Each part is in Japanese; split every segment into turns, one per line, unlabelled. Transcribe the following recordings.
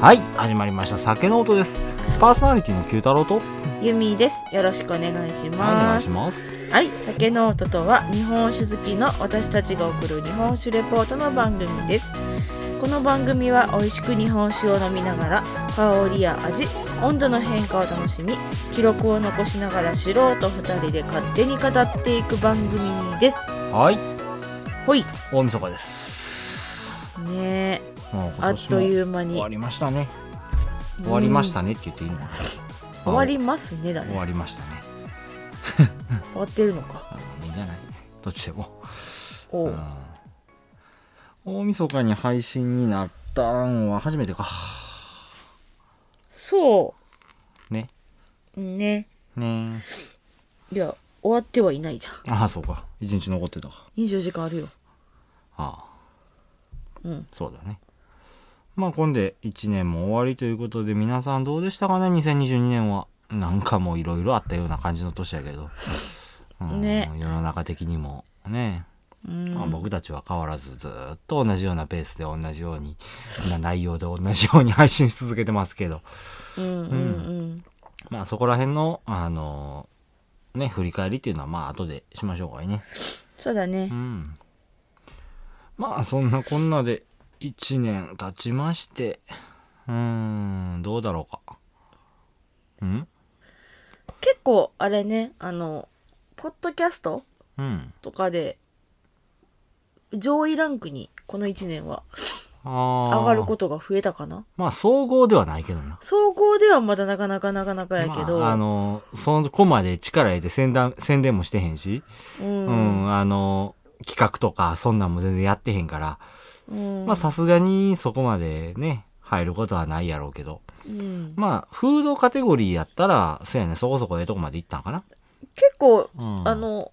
はい始まりました酒の音ですパーソナリティの九太郎とはい
ゆみです。よろしくお願いし
お
ま
願い
す。
します
はい、酒の音とは日本酒好きの私たちが送る日本酒レポートの番組です。この番組は美味しく日本酒を飲みながら香りや味、温度の変化を楽しみ、記録を残しながら素人2人で勝手に語っていく番組です。
はい
ほい、
大晦日です
ねえ、
もう今
あっ
年も
という間に
終わりましたね終わりました
ね。
ねって言っていいのかな
終わりますねだ
終
ね。
わりましたね
終わってるのか。
あいいんじゃないどっちでも
おう、
うん大晦日に配信になったんは初めてか
そ
ね
う、ね。
ね
いや、終わってはいないじゃん。
ああそうか一日残ってたあ
24時間あるよ。
あ
うん。
そうだねまあ今で1年も終わりということで皆さんどうでしたかね2022年はなんかもういろいろあったような感じの年やけど、うん
ね
世の中的にもね
うん
まあ、僕たちは変わらずずーっと同じようなペースで同じようにな内容で同じように配信し続けてますけど
うんうん
まあそこら辺のあのね振り返りっていうのはまあ後でしましょうかね
そうだね
う。んまあそんなこんなで1年経ちましてうーんどうだろうかうん
結構あれね、あの、ポッドキャスト
うん
とかで、上位ランクにこの1年は
ああ
上がることが増えたかな
まあ総合ではないけどな
総合ではまだなかなかなかなかやけど、
まあ、あのそこまで力入れて宣伝宣伝もしてへんし
う、
うんん、あの、企画とか、そんなんも全然やってへんから、
うん、
まあさすがにそこまでね、入ることはないやろうけど、
うん
まあ、フードカテゴリーやったら、そうやね、そこそこええとこまで行ったんかな。
結構、
うん
あの、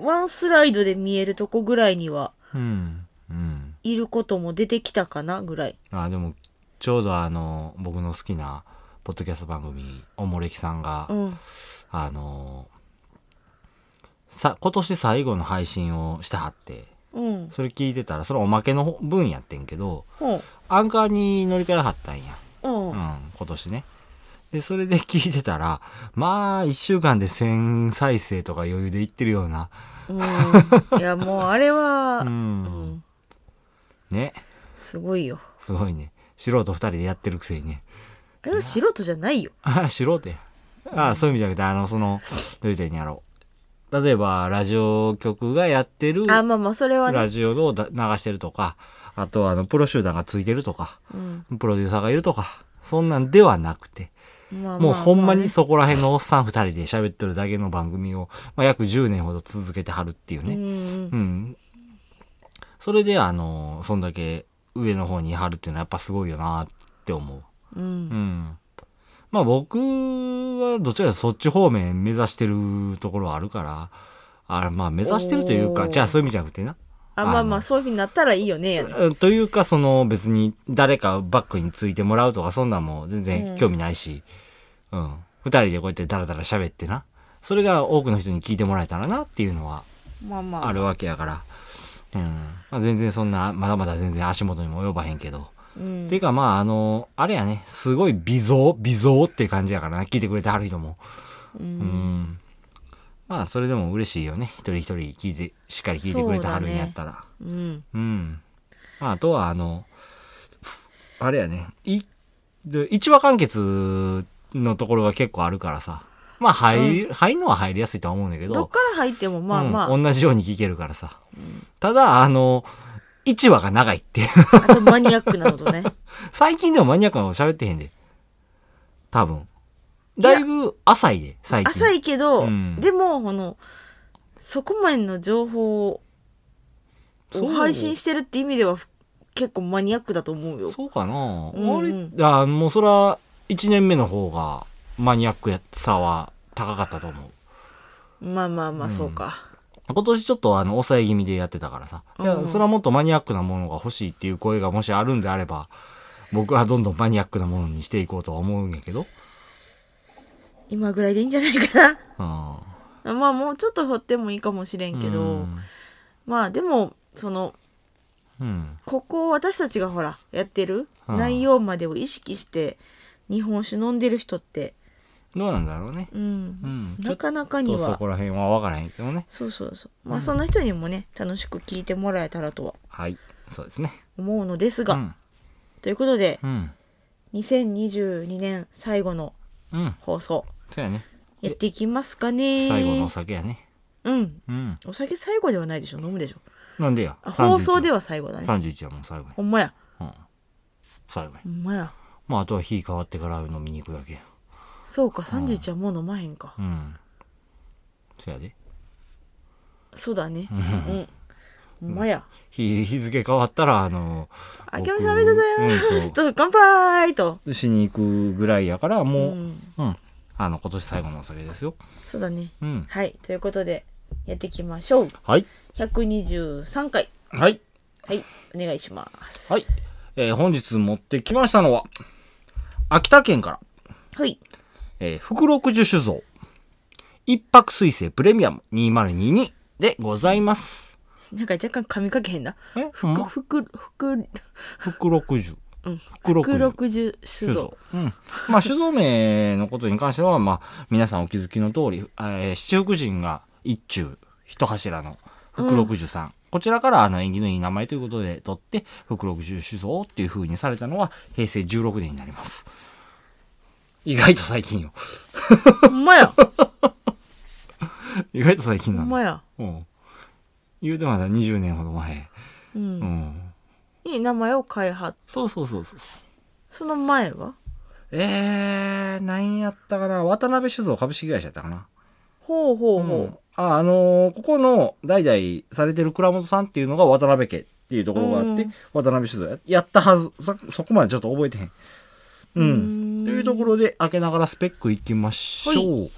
ワンスライドで見えるとこぐらいには、
うん、うん。
いることも出てきたかなぐらい。
あ、でも、ちょうどあの、僕の好きな、ポッドキャスト番組、おもれきさんが、
うん。
あの、さ、今年最後の配信をしてはって、
うん。
それ聞いてたら、それおまけの分やってんけど、
ほ
アンカーに乗り換えはったんや。
う。うん。
うん、今年ね。で、それで聞いてたら、まあ、一週間で1000再生とか余裕でいってるような。
うん。いや、もうあれは、
う。
うんん、
ね。
すごいよ。
すごいね。素人二人でやってるくせにね。
あれは素人じゃないよ。
あ素人や。あそういう意味じゃなくて、あの、その、どういう点にやろう。例えば、ラジオ局がやってる、
あ、まあまあ、それは
ラ
ね。
ジオをだ流してるとか、あとは、あの、プロ集団がついてるとか、
うん。
プロデューサーがいるとか、そんなんではなくて、
まあ
もうほんまに
ね
そこら辺のおっさん二人で喋ってるだけの番組を、まあ、約10年ほど続けてはるっていう
う
ね。
ん
う。ん。それで、あの、そんだけ上の方にいはるっていうのはやっぱすごいよなって思
う。
う。うんん。まあ僕はどちらかというとそっち方面目指してるところはあるから、あまあ目指してるという
お
か、
ー
じゃあそういう意味じゃなくてな。
あ、まあま
あ
あ、
の
そういうふうになったらいいよね。
うんというか、その別に誰かバックについてもらうとか、そんなんも全
う
然
ん
興味ないし、うん。二人でこうやってダラダラ喋ってな。それが多くの人に聞いてもらえたらなっていうのは
まあまあ。
あるわけやから。うん。まあ、全然そんな、まだまだ全然足元にも及ばへんけど。
うん
ていうかまあ、あの、あれやね、すごい微増、微増っていう感じやからな、聞いてくれてはる人も。
う。
うんん。まあ、それでも嬉しいよね。一人一人聞いて、しっかり聞いてくれてはるんやったら。
うん。
うん。まあ、あとは、あの、あれやね、い、で一話完結のところが結構あるからさ、まあ、入る、入るのは入りやすいとは思うんだけど、
どっから入っても、まあま
うん同じように聞けるからさ。ただ、あの、一話が長いっていう。
あ、あとマニアックなのとね。
最近でもマニアックなこと喋ってへんで。多分。だいぶ浅いで、最近。
浅
い。
いけど
うん、
でも、この、そこまでの情報を
そう
配信してるって意味では、結構マニアックだと思うよ。
そうかな、
うん
あれ、あもうそれは、一年目の方が、マニアックさは高かったと思う。
まあまあま
うん
あ、そうか。
今年ちょっとあの抑え気味でやってたからさ、いや
うん
それはもっとマニアックなものが欲しいっていう声がもしあるんであれば僕はどんどんマニアックなものにしていこうとは思うんやけど、
今ぐらいでいいんじゃないかな。
うん、
まあもうちょっと掘ってもいいかもしれんけど、
うん
まあでもその
うん
ここを私たちがほらやってる
うん
内容までを意識して日本酒飲んでる人って、
どうなんだろうね。
うん
うん
なかなか
ち
に
ょっとそ
は
こら辺は分からへんけどね。
そうそうそうまあそんな人にもね楽しく聞いてもらえたらとは
はい。そうですね。
思うのですが、
うん。
ということで
うん。
2022年最後の
うん。
放送
そうやね。
やっていきますかね
最後のお酒やね。
うん
うん。
お酒最後ではないでしょ飲むでしょ
なんでや。
あ放送で
は。
は最後だね
31はもう最後に。
ほんまや
うん。最後に。
ほんまや
まあ、あとは火変わってから飲みに行くだけや。
そうか31はもう飲まへんか、
うん。そやで。
そうだねうんほんまや
日日付変わったら、あの、
あけましておめでとうござい
僕う
ま
んそ
す
う
と乾杯と
しに行くぐらいやから、
う
もう、うん、
ん
あの、今年最後のお酒ですよ。
そうだね
うん。
はいということでやっていきましょう
はい。
123回
はい。
はいお願いします
はい。えー本日持ってきましたのは、秋田県から、
はい
えー、福六十酒造、一泊水星プレミアム2022でございます。
なんか若干噛みかけへんな
え、
ふくふくふく
福六十。
うん
福六
六
十。
六十酒造。
うん。まあ、酒造名のことに関しては、まあ、皆さんお気づきの通り、えー七福神が一中、一柱の福六十さん。こちらからあの縁起のいい名前ということで取って、福六十酒造っていう風にされたのは平成16年になります。意外と最近よ。
ほんまや
意外と最近
ほ
なんの。
まや
うん。言うてまだ20年ほど前。う
う
んん。
に名前を開発
そうそうそうそうそう。
その前は
えー、何やったかな渡辺酒造株式会社やったかな
ほうほうほ
うん
う、
ああのーここの代々されてる倉本さんっていうのが渡辺家っていうところがあって、
うん
渡辺酒造ややったはずそそこまでちょっと覚えてへん。う
うー
ん
ん
というところで開けながらスペックいきましょう。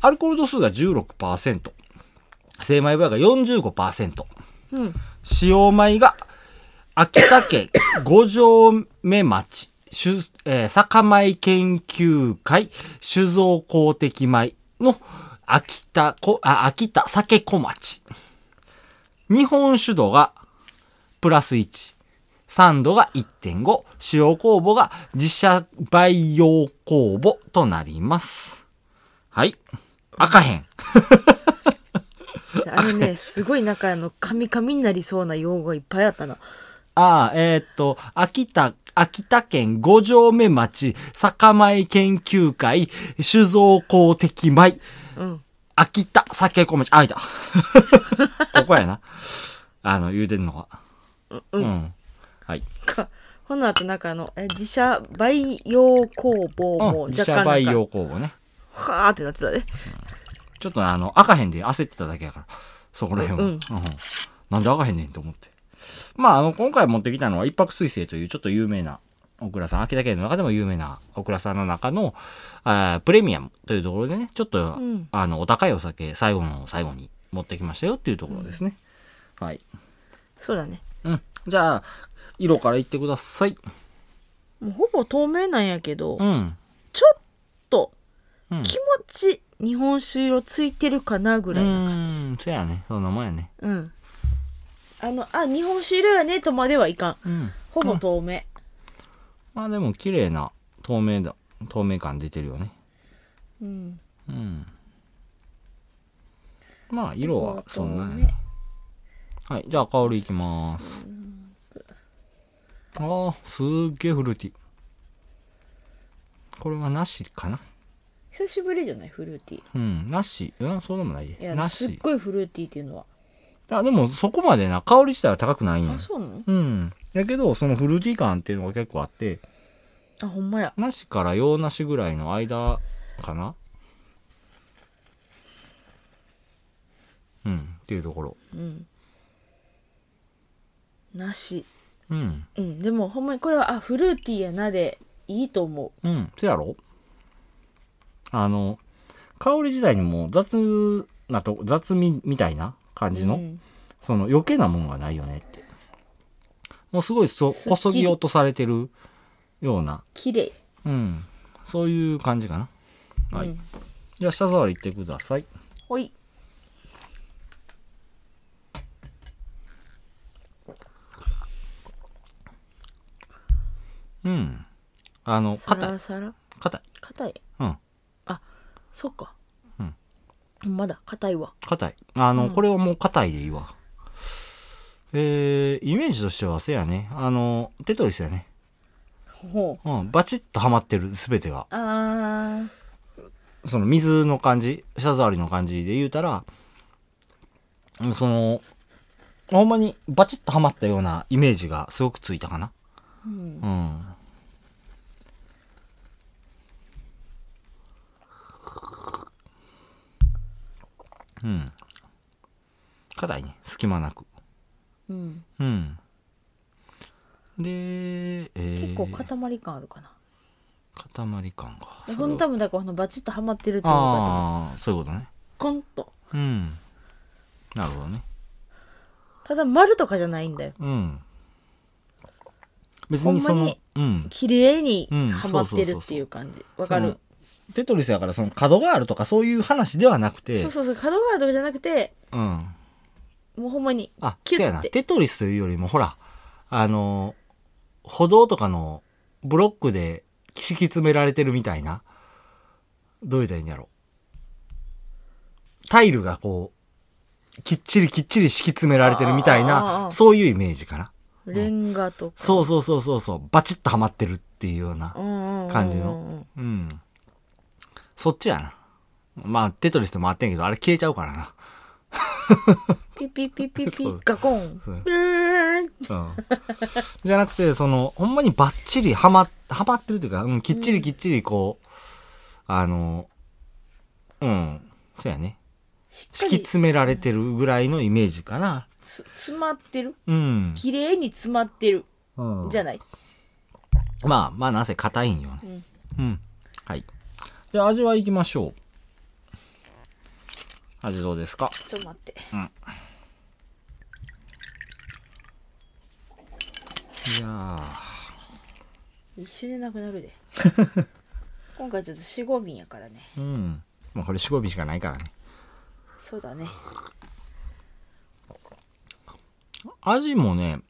アルコール度数が16%精米部屋が45%
うん
使用米が秋田県五条目町酒、えー酒米研究会酒造公的米の秋田こあ秋田酒小町日本酒度がプラス1酸度が1.5使用酵母が自社培養酵母となりますはい赤へん
あれねすごいなんかあの噛み噛みになりそうな用語がいっぱいあったな
ああ、えーっと、秋田、秋田県五条目町酒米研究会酒造公的米
うん
秋田酒小町、あ、いた。 ここやな。あの、言うてんのは。
うん
ん。はい。
かこの後なんかあのえ自社培養工房も
うん、自
若
社
干なん
培
か
養工房ね。
はーってなってたね
ちょっとあの、赤へんで焦ってただけやから。そこら辺は。
うん
うんなんで赤へんねんと思って。まあ、あの、今回持ってきたのは一泊水星というちょっと有名な、オクラさん、秋田県の中でも有名なオクラさんの中の、あープレミアムというところでね、ちょっと、
うん
あの、お高いお酒、最後の最後に持ってきましたよっていうところですね。はい。
そうだね
うん。じゃあ、色からいってください。
もうほぼ透明なんやけど、
うん。
ちょっと
うん。
気持ち日本酒色ついてるかなぐらいな感じ
うん、そやね。そんなもんやね。
うん、あのあ日本酒色やねとまではいかん
うん。
ほぼ透明、
まあでも、綺麗な、透明だ、透明感出てるよね。
うん、
うん。まあ、色はそんなんや
ね
ね。はい、じゃあ香りいきます。あー、すっげえフルーティー。これはなしかな
久しぶりじゃないフルーティー
うん、なし。うん、そうでもない
い
で。
や
な
すっ
し。
ごいフルーティーっていうのは
あ、でもそこまでな、香り自体は高くないんや
あ。そうなの
うん。やけど、そのフルーティー感っていうのが結構あって、
あほんまや
なしから洋なしぐらいの間かなうん、っていうところ。
うんなし
うん。
うんでもほんまにこれはあフルーティーやなでいいと思
うん、そやろあの、香り自体にも雑なと、雑味みたいな感
う
じの、
うん
その余計なものがないよねって。もうすごいそ、
すっき
こ
り
そぎ落とされてるような、
綺麗
うん、そういう感じかな。はい。
うん
じゃあ、舌触りいってください。
ほい
うん。あの、
サ
硬い
ラ。サラ
硬い。
硬い
うん。
あそっか
うん
まだ硬いわ
硬い。あの、
うん
これはもう硬いでいいわ。えー、イメージとしてはせやね。あの、テトリスやね。
ほう
うん。バチッとはまってる、すべてが。
あー
その水の感じ、舌触りの感じで言うたら、うんその、ほんまにバチッとはまったようなイメージがすごくついたかな。
うん
うん。うん。硬いね。隙間なく。
うん
うん。で、えー
結構塊感あるかな、
塊感が。
えほんと多分だからこのバチッとはまってるっていうか
ああ、そういうことね。
コンと
うん。なるほどね。
ただ丸とかじゃないんだよ
うん。別にそ
ほんま
の
に、
うん。
綺麗に
うん
はまってるっていう感じわかる
そのテトリスやから、その角があるとかそういう話ではなくて、
そうそうそう角があるとかじゃなくて
うん。
もうほんまに
あ、
キュッ
そうやな。
て
テトリスというよりも、ほら、あの、歩道とかのブロックで敷き詰められてるみたいな。どう言ったらいいんやろタイルがこう、きっちりきっちり敷き詰められてるみたい
あああ
な
あ、
そういうイメージかな。
レンガとか
そうそうそうそうそう、バチッとはまってるっていうような
うんうんうんうん
感じの。うん。そっちやな。まあ、テトリスでもあってんけど、あれ消えちゃうからな。
ピピピピピ
そう
ガコン
そう
ブルルルルル
うん じゃなくて、その、ほんまにバッチリはま、はまってるというか、うん、きっちりきっちりこう、あの、うん、そうやね。
しっか
敷き
り
詰められてるぐらいのイメージかな。
つ詰まってる
うん。
綺麗に詰まってる
うん
じゃない
まあ、まあ、なぜ硬いんよね。うん。はい。じゃあ、味は行きましょう。味どうですか
ちょっと待って
いやー
一瞬でなくなるで今回ちょっと四五瓶やからね
うん。まあ、これ4、5瓶しかないからね。
そうだね
味もね、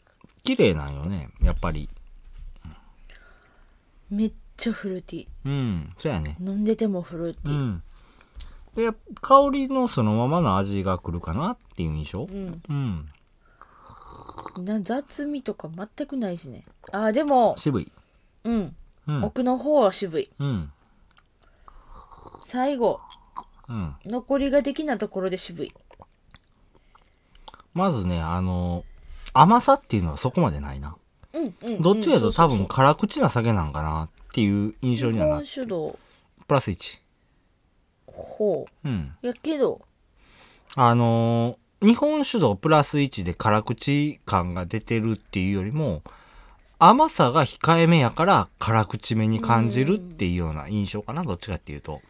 綺麗なんよね、やっぱり。
めっちゃフルーティー
うん、そうやね。
飲んでてもフルーテ
う
ィー
ん。で、香りのそのままの味が来るかなっていう印象
うん、
うん。
な雑味とか全くないしねあーでも
渋い。
うん、
うん。
奥の方は渋い
うん。
最後
うん。
残りができなところで渋い
まずね、あの、甘さっていうのはそこまでないな。
うんうん
どっちかという
う
と
んそ
多
うそうそう
分辛口な酒なんかなっていう印象にはな。
日本酒道
プラス1。
ほ
うん。
うやけど
あのー日本酒道プラス1で辛口感が出てるっていうよりも、甘さが控えめやから辛口めに感じるっていうような印象かな、どっちかっていうと。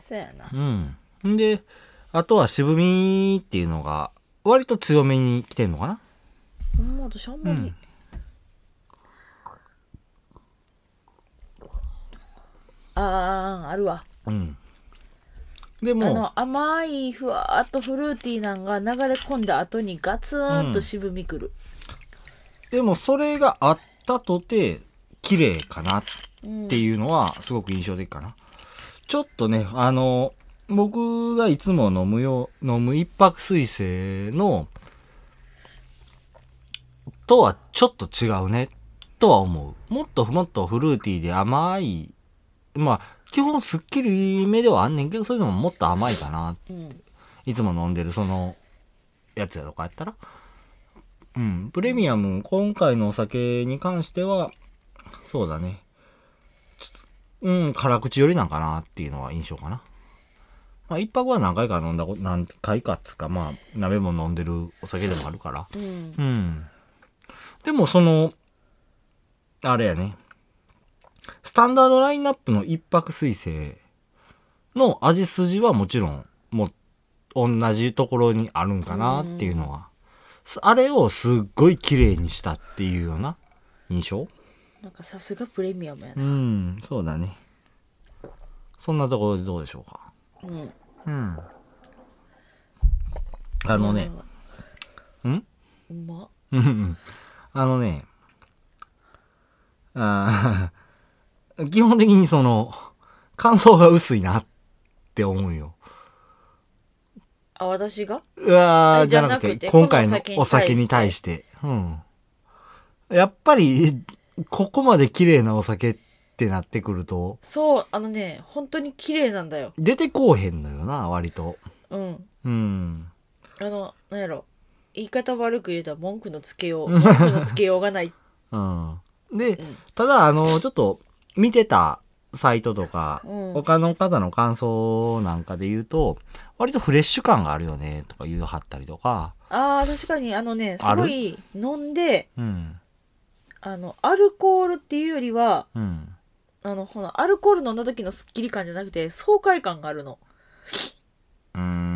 そうやな
うん。で、あとは渋みっていうのが、割と強めに来てんのかな
うん私あんまり、
うん
あーあるわ
うん。で
あ
も、
の甘いふわーっとフルーティーなんが流れ込んだ後にガツンと渋みくる、
でもそれがあったとて、綺麗かなっていうのは、すごく印象的かな。ちょっとね、あの、僕がいつも飲むよう、飲む一泊水星の、とはちょっと違うね、とは思う。もっともっとフルーティーで甘い、まあ、基本すっきりめではあんねんけど、それでももっと甘いかな。
うん
いつも飲んでるその、やつやとかやったら。うん、プレミアム、今回のお酒に関しては、そうだね。ちょっとうん、辛口寄りなんかなっていうのは印象かな。まあ、一泊は何回か飲んだこと、何回かっつうか、まあ、鍋も飲んでるお酒でもあるから。
うん
うん。でもその、あれやね。スタンダードラインナップの一泊水星の味筋はもちろん、もう、同じところにあるんかなっていうのは。すあれをすっごい綺麗にしたっていうような印象
なんかさすがプレミアムや
う
な、
ん、そうだね。そんなところでどうでしょうか。
うん、
うん。あのね、ん
うま
うんうんあのね、あー 基本的にその、感想が薄いなって思うよ。
あ、私が
うわー
じ
じ
ゃ
ゃ
な
な
く
く
て
て、今回
こ
の
の
お
お酒
酒
に
に
対
対して。うん。やっぱり、ここまで綺麗なお酒ってなってくると、
そう、あのね、本当に綺麗なんだよ。
出てこうへんのよな、割と。
うん。
うん。
あの、なんやろ。言い方悪く言うと文句のつけよう。文句のつけようがない。
うん。で
ん、
ただ、あの、ちょっと、見てたサイトとか、
うん
他の方の感想なんかで言うと、割とフレッシュ感があるよね、とか言うはったりとか、
ああ、確かに、あのね、す
ある
ごい飲んで、
うん。
あの、アルコールっていうよりは、
うん。
あの、ほら、アルコール飲んだ時のスッキリ感じゃなくて、爽快感があるの。
うーん。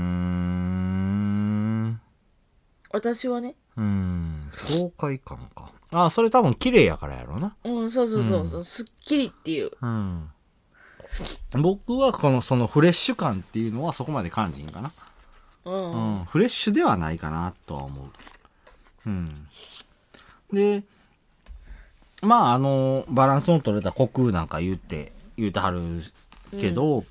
私はね。
うん。爽快感か。あ、それ多分綺麗やからやろうな。
うん、そうそうそう、
う
すっきりっていう。
うん。僕はこの、そのフレッシュ感っていうのはそこまで感じんかな。
うん。
うん、フレッシュではないかなとは思う。うん。で、まあ、あの、バランスの取れた虚空なんか言って、言うてはるけど、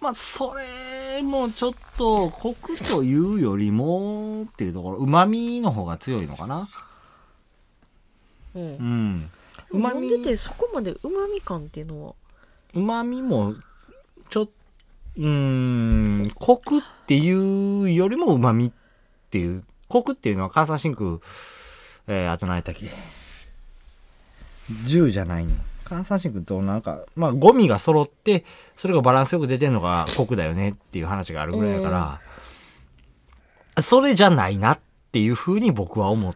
まあ、それもちょっと、コクというよりも、っていうところ、旨味の方が強いのかな。
うん。
うん。旨
飲ん
味、
でて、そこまで旨味感っていうのは。
旨味も、ちょっと、うーん、コクっていうよりも旨味っていう、コクっていうのは関西真空、えー、あと何やったっけ ?10 じゃないの。関西真空となんか、まあゴミが揃って、それがバランスよく出てんのがコクだよねっていう話があるぐらいだから、それじゃないなっていうふうに僕は思っ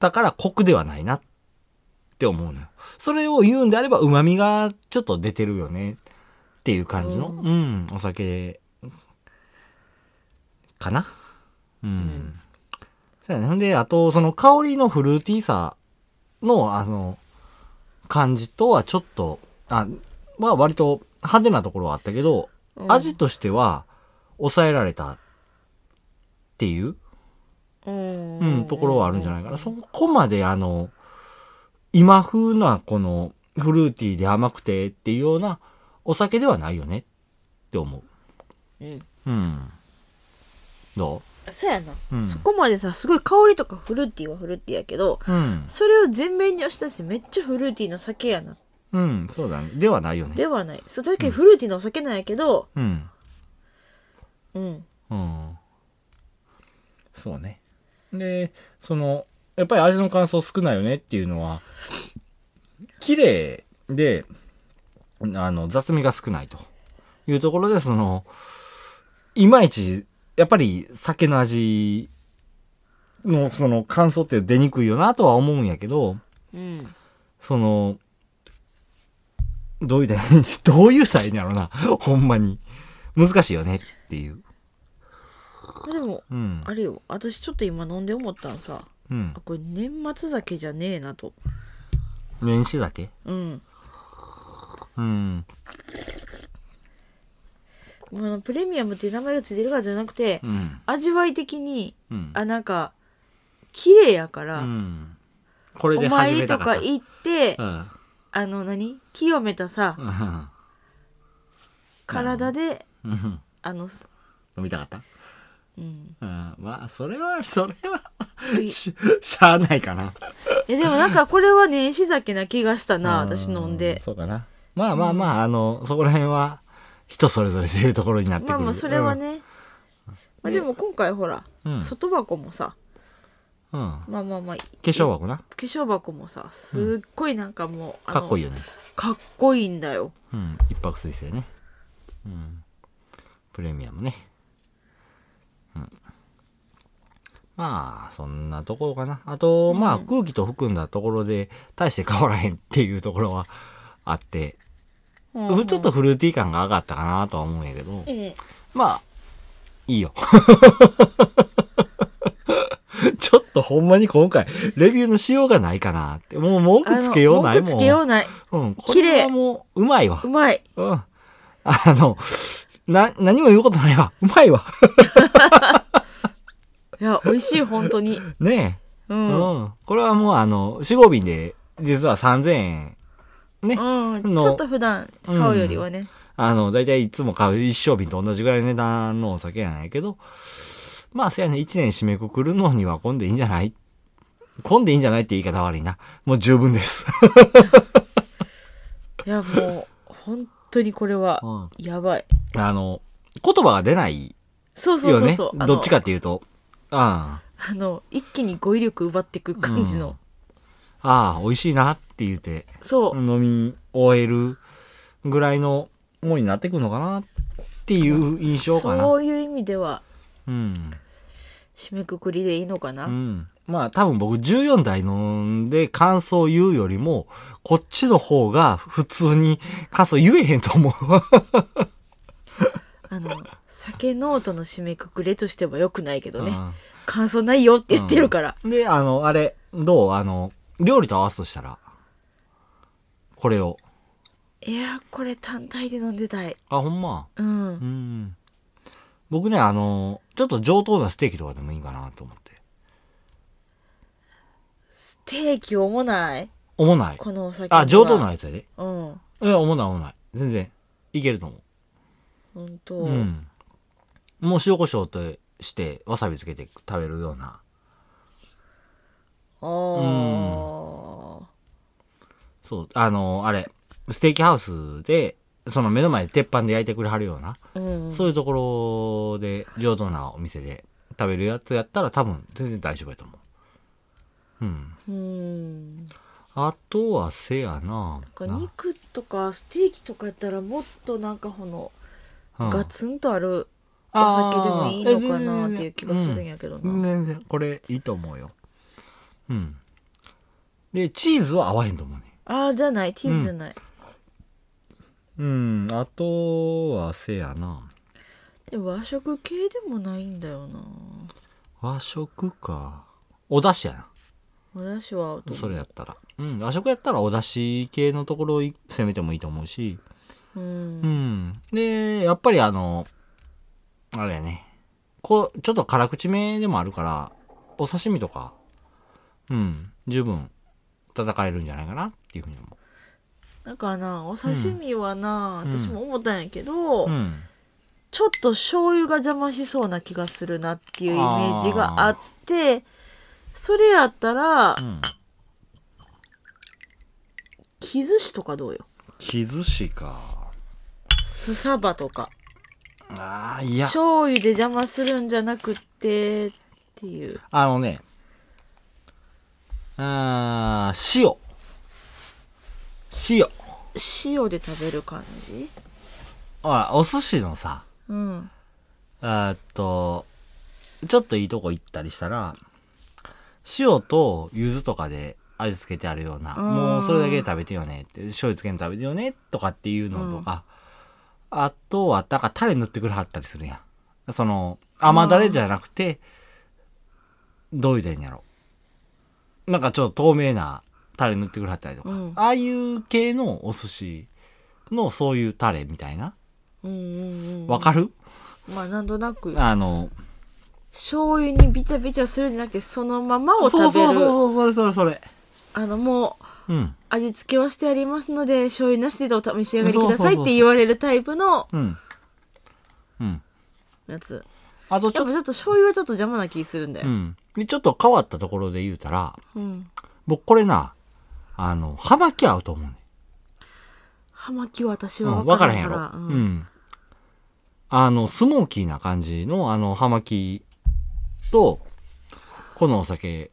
たから、コクではないなって思うのよ。それを言うんであれば、旨味がちょっと出てるよねっていう感じの、
うん
うん、お酒、かなうん。
ん
そうやね。ほんで、あと、その香りのフルーティーさの、あの、感じとはちょっと、あ、まあ割と派手なところはあったけど、
うん
味としては抑えられたっていう、
うん
うん、ところはあるんじゃないかな。
そ
そこまであの、今風なこのフルーティーで甘くてっていうようなお酒ではないよねって思
うん。
う。うん。ど
そうやな、
うん
そこまでさ、すごい香りとかフルーティーはフルーティーやけど、
ううん。
それを全面に押し出してめっちゃフルーティーな酒やな。
うん、そうだね。ではないよね。
ではない。そう、確かにフルーティーなお酒なんやけど、
うん。
うん。
うん。そうね。で、その、やっぱり味の感想少ないよねっていうのは、綺麗で、あの、雑味が少ないというところで、その、いまいち、やっぱり酒の味の、その感想って出にくいよなとは思うんやけど、
うん。
その、どういうたらいい、どういうたらいいんやろな。ほんまに。難しいよねっていう。
でも、
うん。
あれよ、私ちょっと今飲んで思ったんさ、
うん
あ。これ年末酒じゃねえなと。
年始だけ
うん。
うん。
もうあのプレミアムっていう名前がついてるからじゃなくて、
うん。
味わい的に、
うん。
あ、なんか、綺麗やから、
うん。これ
お
で
参
始
り
め
と
たか
か
った。
行って、
うん。
あの何清めたさ、
うん
体で、
うん。
あの、す
飲みたかった
うん。
うん。まあ、それは、それは
い
し、しゃあないかな。
いやでもな んかこれはね、石酒な気がしたな、
う
私飲んで。
そうかな。まあまあまあ、あの、そこら辺は、人それぞれというところになってくる。
まあまあ、それはね。まあでも今回ほら、
うん
外箱もさ、
うん。うん。化
まあまあまあ、化
粧箱な。
粧箱もさ、すっごいなんかもう、あの
かっこいいよね。
かっこいいんだよ。
うん。一泊水星ね。うん。プレミアムね。うん。まあ、そんなところかな。あと、まあ、空気と含んだところで、大して変わらへんっていうところはあって、
うん
ちょっとフルーティー感が上がったかなとは思うんやけど
う、ん
まあ、いいよ。 ちょっとほんまに今回、レビューのしようがないかなって。もう文句つけようない
あの文句
もん。
つけようない。
うん、これはもう、うまいわ
う。まい。
うん。あの、な、何も言うことないわ。 うまいわ。
いや、美味しい、本当に。
ねえ。
うん。
うん。これはもうあの、四合瓶で、実は3000円ね、
うん、
の
ちょっと普段買うよりはね、
あの、だいたいいつも買う一升瓶と同じぐらいの値段のお酒やないけど、まあ、せやね、一年締めくくるのには混んでいいんじゃない混んでいいんじゃないって言い方悪いな。もう十分です。
いやもう本当にこれは
うん
やばい
あの、言葉が出ない
そうそう
よ
そう
ね
そう、。
どっちかっていうと。あ
あのあの一気に語彙力奪っていく感じの、
うんああ、美味しいなって言って、
そう、
飲み終えるぐらいのものになってくのかなっていう印象かな。
そういう意味では
うん。
締めくくりでいいのかな、
うん。まあ多分僕14代飲んで感想を言うよりも、こっちの方が普通に感想言えへんと思う。
あの酒ノートの締めくくりとしてはよくないけどね、
うん
感想ないよって言ってるから、
で、あの、あれ、どうあの、料理と合わすとしたら、これを。
いやこれ単体で飲んでたい
あ、ほんま。
うん、
うん。僕ね、あの、ちょっと上等なステーキとかでもいいかなと思って。
定期重ない
思ない。
このお酒
あ、上等な
ない
やつやで。
うん
いや、思ない思ない。全然、いけると思う。
本当、
うん。もう塩コショウとして、わさびつけて食べるような。
ああ、
そう、あの、あれ、ステーキハウスで、その目の前で鉄板で焼いてくれはるような、
うん、
そういうところで、上等なお店で食べるやつやったら多分全然大丈夫やと思う。うん。
うん
あとはせやな
なんか肉とかステーキとかやったらもっとなんかこの
うん
ガツンとあるお
あ
酒でもいいのかなっていう気がするんやけどな、
全然、うんこれいいと思うよ。うん。で、チーズは合わへんと思うね。
ああじゃないチーズじゃない、
うん、あとはせやな
でも和食系でもないんだよな
和食か。お出汁やな。
お出汁は合うと思う
それやったら。うん、和食やったらお出汁系のところを攻めてもいいと思うし。
うん
うん。で、やっぱりあの、あれやね。こう、ちょっと辛口めでもあるから、お刺身とか、うん、十分戦えるんじゃないかなっていうふうに思
だからなお刺身はな、
うん
私も思ったんやけど、
う。うん。
ちょっと醤油が邪魔しそうな気がするなっていうイメージがあってそれやったら
うん。
木寿司とかどうよ
木寿司か。
スサバとか
ああ、いや。
醤油で邪魔するんじゃなくってっていう
あのね、あー塩。塩。
塩で食べる感じ
あお寿司のさ、
うん
あーっと、ちょっといいとこ行ったりしたら、塩と柚子とかで味付けてあるような、
うん
もうそれだけで食べてよねって、醤油つけん食べてよねとかっていうのとか、あとは、だからタレ塗ってくれはったりするやん。その、甘だれじゃなくて、どう言うたらいいんやろ。なんかちょっと透明なタレ塗ってくれはったりとか、
うん
ああいう系のお寿司のそういうタレみたいな。
うんうんうん
わかる、
まあなんとなく
あの、
醤油にビチャビチャするんじゃなくてそのままを食べる
そうそうそうそう、それそれそれ。
あのもう
うん。
味付けはしてありますので醤油なしでお召し上がりくだ
そうそう
さい
そう
って言われるタイプの
うん。うん。
やつ
あとち
や
ょ
っ
っ
ぱ
と、
ちょっと醤油はちょっと邪魔な気するんだ
う
よ、
ん。で、ちょっと変わったところで言うたら、
うん、
僕これな、あの、葉巻合うと思うね。
葉巻は私
う
は
ん、わ
分
か
からら
へんや
んか
ろ。
ら、
うん。あの、スモーキーな感じの、あの、葉巻と、このお酒、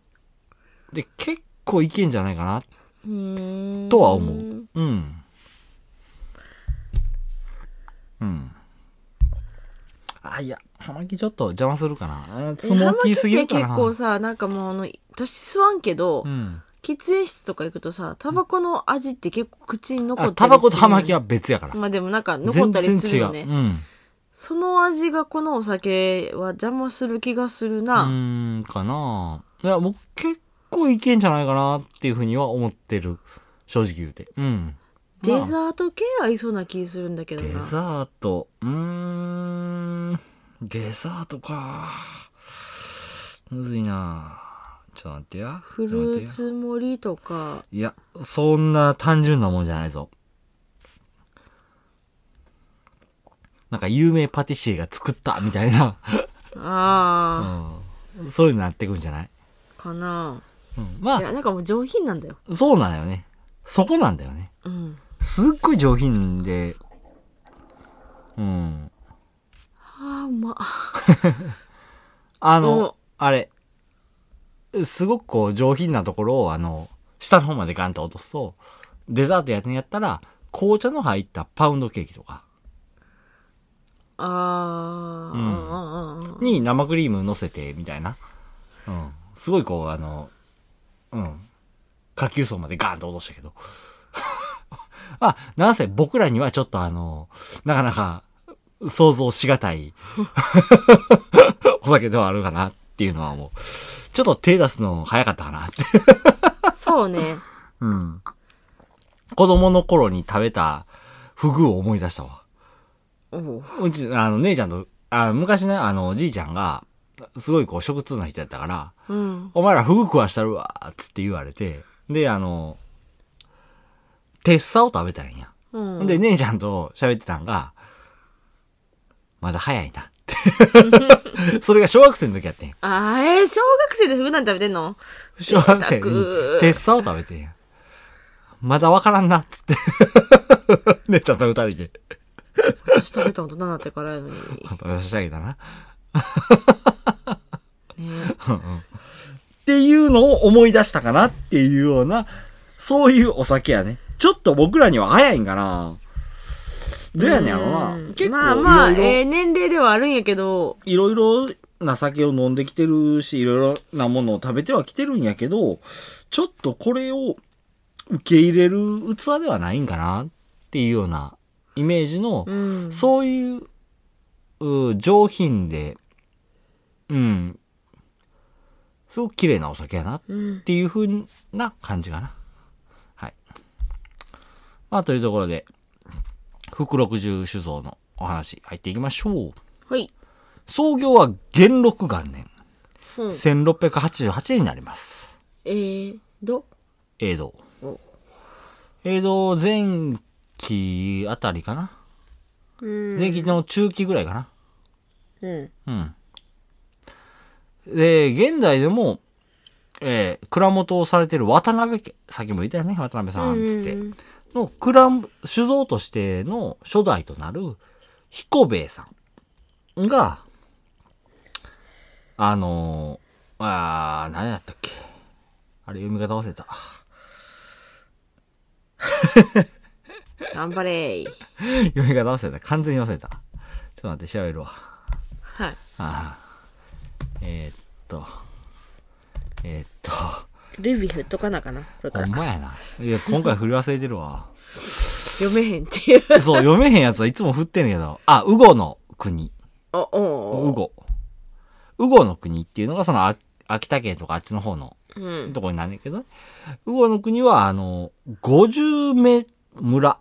で、結構いけんじゃないかな、
うん
とは思う。うん。うん。あ、いや、葉巻ちょっと邪魔するかな。あスモーキーすぎるかな。
葉巻って結構さなんかもうあの私吸わんけど、
うん。
喫煙室とか行くとさタバコの味って結構口に残った
あ
り
タバコと葉巻
は
は別やから。
まあでもなんか残ったりするよね
全然違う。うん。
その味がこのお酒は邪魔する気がする
う
な、
ーん、かなぁいや、もう結構いけんじゃないかなっていうふうには思ってる。正直言うて。うん。
デ
まあ
ザート系合いそうな気するんだけど
デ
な
ザート。うーん。デザートか。むずいなぁちょっと待ってよ。ちょ
フ
っと待っ
ル
て
ー
よ
ツ盛りとか
いや、そんな単純なもんじゃないぞ。なんか有名パティシエが作ったみたいな、
ああ、
うんそういうのなってくんじゃない、
かな
うんま
いや
あ、
なんかもう上品なんだよ
そうなんだよね。そこなんだよね。
うん
すっごい上品で、うん。
ああうま
あの
お、
あれ、すごくこう上品なところを、あの、下の方までガンと落とすと、デザートやってんやったら、紅茶の入ったパウンドケーキとか
あーあー、あーあー
に生クリーム乗せて、みたいな。うん。すごいこう、あの、うん。下級層までガンと落としたけど。 あ、なんせ僕らにはちょっとあの、なかなか想像しがたい お酒ではあるかなっていうのはもう、ちょっと手出すの早かったかなって。
そ うね
うん。子供の頃に食べたフグを思い出したわ。
おう
うち、あの、姉ちゃんと、あ昔ね、あの、おじいちゃんが、すごいこう、食通な人やったから、
うん
お前らフグ食わしたるわ、つって言われて、で、あの、テッサを食べたんや。
うん
で、姉ちゃんと喋ってたんが、まだ早いな、っ て。それが小学生の時やってん。
あーえー、小学生でフグなんて食べてんの
小学生に
贅沢
テッサを食べてんや。まだわからんな、つって。 姉ちゃんと二人で。
私食べたことななってからや のに
食べさせてあげたな。
ね
っていうのを思い出したかなっていうような、そういうお酒やね。ちょっと僕らには早いんかな。どうやねんやろな。
ん
結構いろいろ、
まあまあ、えー、年齢ではあるんやけど
いろいろな酒を飲んできてるし、いろいろなものを食べてはきてるんやけど、ちょっとこれを受け入れる器ではないんかなっていうようなイメージの、
うん
そういう、う上品で、うん、すごく綺麗なお酒やな
うん
っていう風な感じかな。はい。まあ、というところで、福六十酒造のお話入っていきましょう。
はい
創業は元禄元年、
うん
1688年になります。
えー、ど
江戸
お。
江戸前期あたりかな
うん
前期の中期ぐらいかな
うん
うん。で、現代でも、えー、蔵元をされてる渡辺家、さっきも言ったよね、渡辺さん、つって
う。ん
の蔵、酒造としての初代となる彦兵衛さんが、あのー、あー、何やったっけ。あれ、読み方忘れた。
頑張れー
読み方忘れた。完全に忘れた。ちょっと待って、調べるわ。
はい
あーえー、っと、えー、っと、
ルビー振っとかなあかなこれか
ほ
ら
んまやな。いや、今回振り忘れてるわ。
読めへんって いう
そう、読めへんやつはいつも振ってんねんけど。あ、ウゴの国。
お
ウ
お
ゴ。ウゴの国っていうのが、その、あ秋田県とかあっちの方の
ううん
とこになるんだけどね。ウゴの国は、あの、50目村。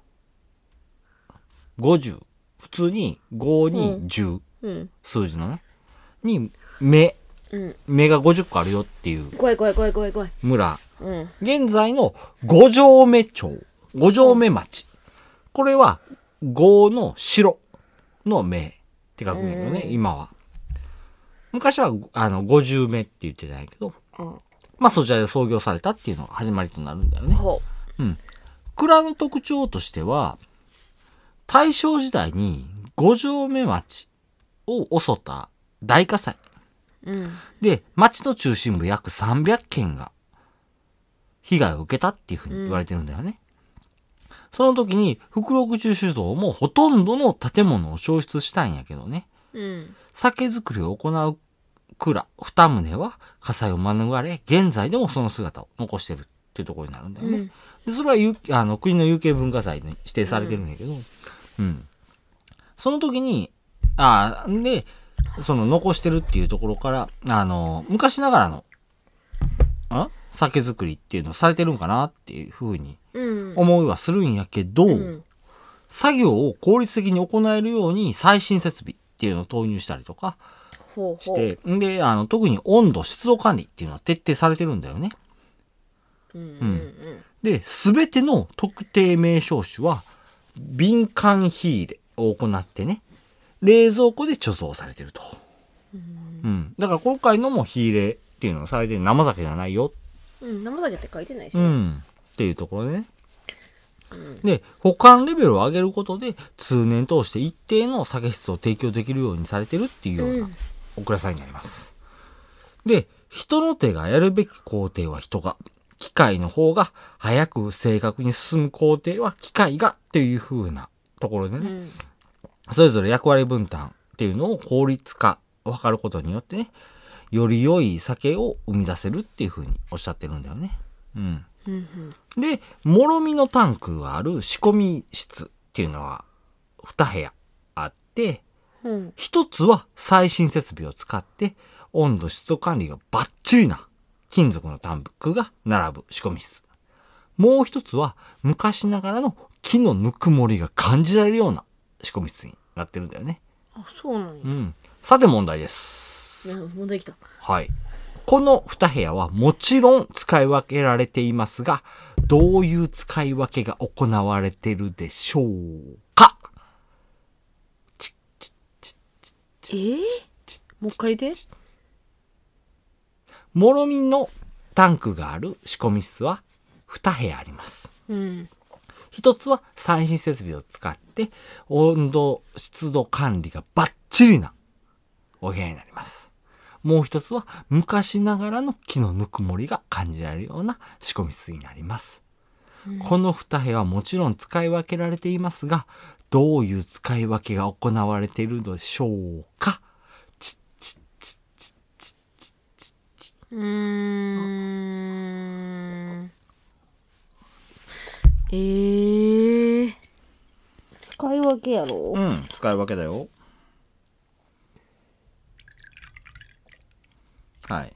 50。普通に、5に10。
うん
数字のね。に、目。
うん
目が50個あるよっていう
怖い怖い怖い怖い怖い
村。
うん
現在の五条目町、五条目町。これは、五の城の名って書くんだけどね、
うん
今は。昔は、あの、五十目って言ってたんやけど、
うん
まあそちらで創業されたっていうのが始まりとなるんだよね。
ほ
蔵の特徴としては、大正時代に五条目町を襲った大火災。
ううん
で、町の中心部約300件が被害を受けたっていうふうに言われてるんだよね。その時に、福六中酒造もほとんどの建物を焼失したんやけどね。
うん
酒造りを行う蔵二棟は火災を免れ、現在でもその姿を残してるっていうところになるんだよね。
うん
でそれは有あの国の有形文化財に指定されてるんだけど、うん。その時に、ああ、んで、その残してるっていうところから、あの、昔ながらの、あ酒造りっていうのをされてるんかなっていうふうに
うん
思いはするんやけど、
うん
作業を効率的に行えるように最新設備っていうのを投入したりとか、
ほう
し
ほう
て、んで、あの、特に温度、湿度管理っていうのは徹底されてるんだよね。
うんうん
で、すべての特定名称種は、敏感火入れを行ってね、冷蔵庫で貯蔵されてると。うん。だから今回のも火入れっていうのはされて生酒じゃないよ。
うんうん生酒って書いてないし
う
ね、
ん。っていうところでね。
うん
で、保管レベルを上げることで、通年通して一定の酒質を提供できるようにされてるっていうよう
う
なんお蔵さんになります。で、人の手がやるべき工程は人が、機械の方が早く正確に進む工程は機械がっていう風なところで
う
ね、
ん
それぞれ役割分担っていうのを効率化を図ることによってね、より良い酒を生み出せるっていう風におっしゃってるんだよね。うん。
うんうん
で、もろみのタンクがある仕込み室っていうのは2部屋あって、
うん
1つは最新設備を使って温度湿度管理がバッチリな金属のタンクが並ぶ仕込み室。もう1つは昔ながらの木のぬくもりが感じられるような仕込み室になってるんだよね。
あそうなんや、
うん。さて問題です。
ね問題きた
はい。この2部屋はもちろん使い分けられていますが、どういう使い分けが行われてるでしょうか
えー、もう一回で
もろみのタンクがある仕込み室は2部屋あります。
うん
一つは最新設備を使って温度、湿度管理がバッチリなお部屋になります。もう一つは昔ながらの木のぬくもりが感じられるような仕込み室になります。この二部屋はもちろん使い分けられていますが、どういう使い分けが行われているのでしょうか
うーんえー、使い分けやろ、
ん、使い分けだよ。はい。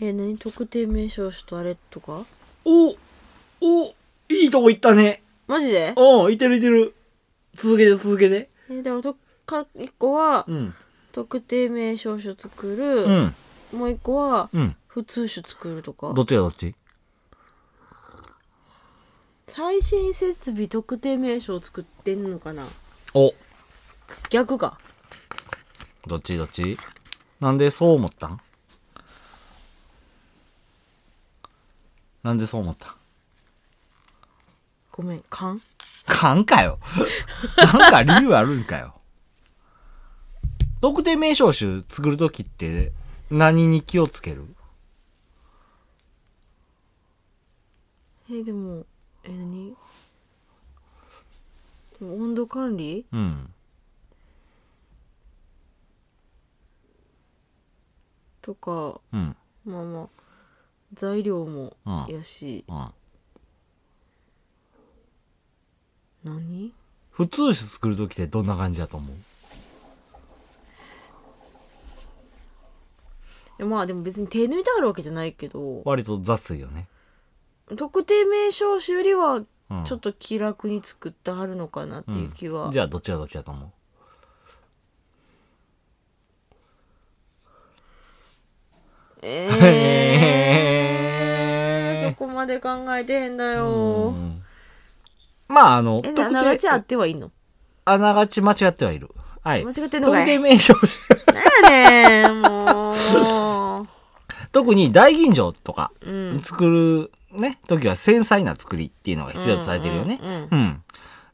えー、何特定名称種とあれとか
おおいいとこ行ったね。
マジで
うん、いてるいてる。続けて続けて。
えー、でもどっか一個は
うん。
特定名称種作る、
うん。
もう一個は
うん。
普通種作るとか
どっちがどっち
最新設備特定名称作ってんのかな
お
逆か
どっちどっちなんでそう思ったんなんでそう思ったん
ごめん勘
勘かよ。 なんか理由あるんかよ。特定名称集作るときって何に気をつける
えーでもえー何でも温度管理
うん。
とか
うん。
まあまあ材料も
うん
やし、
うん。
何
普通種作るときってどんな感じだと思う
えまあでも別に手抜いてあるわけじゃないけど
割と雑いよね。
特定名称種よりは
うん
ちょっと気楽に作ってはるのかなっていう気は、
じゃあどっちがどっちだと思う
えー、
へー
そこまで考えてへんだ
う
よ
んまあ、あの、
え
特
なながちあっ
定、
てはいいの
あながち間違ってはいる。はい。
間違ってんのか
特
い
定名称、
なんやねんもう
特に大吟醸とか
うん
作るね、時は繊細な作りっていうのが必要とされてるよね。
うんうん
うん。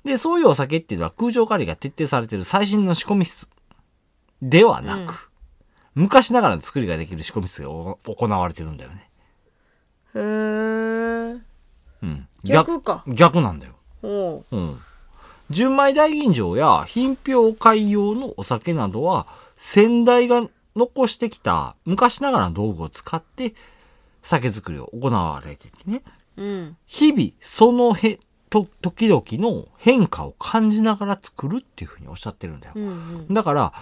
で、そういうお酒っていうのは空調管理が徹底されてる最新の仕込み室ではなく、昔ながらの作りができる仕込み室がお行われてるんだよね。
へー
うん。
逆か
逆なんだよ。
おう
うん。純米大吟醸や品評会用のお酒などは、先代が残してきた昔ながらの道具を使って、酒造りを行われててね。
うん
日々、そのへ、と、時々の変化を感じながら作るっていうふうにおっしゃってるんだよ
うんう。ん
だから、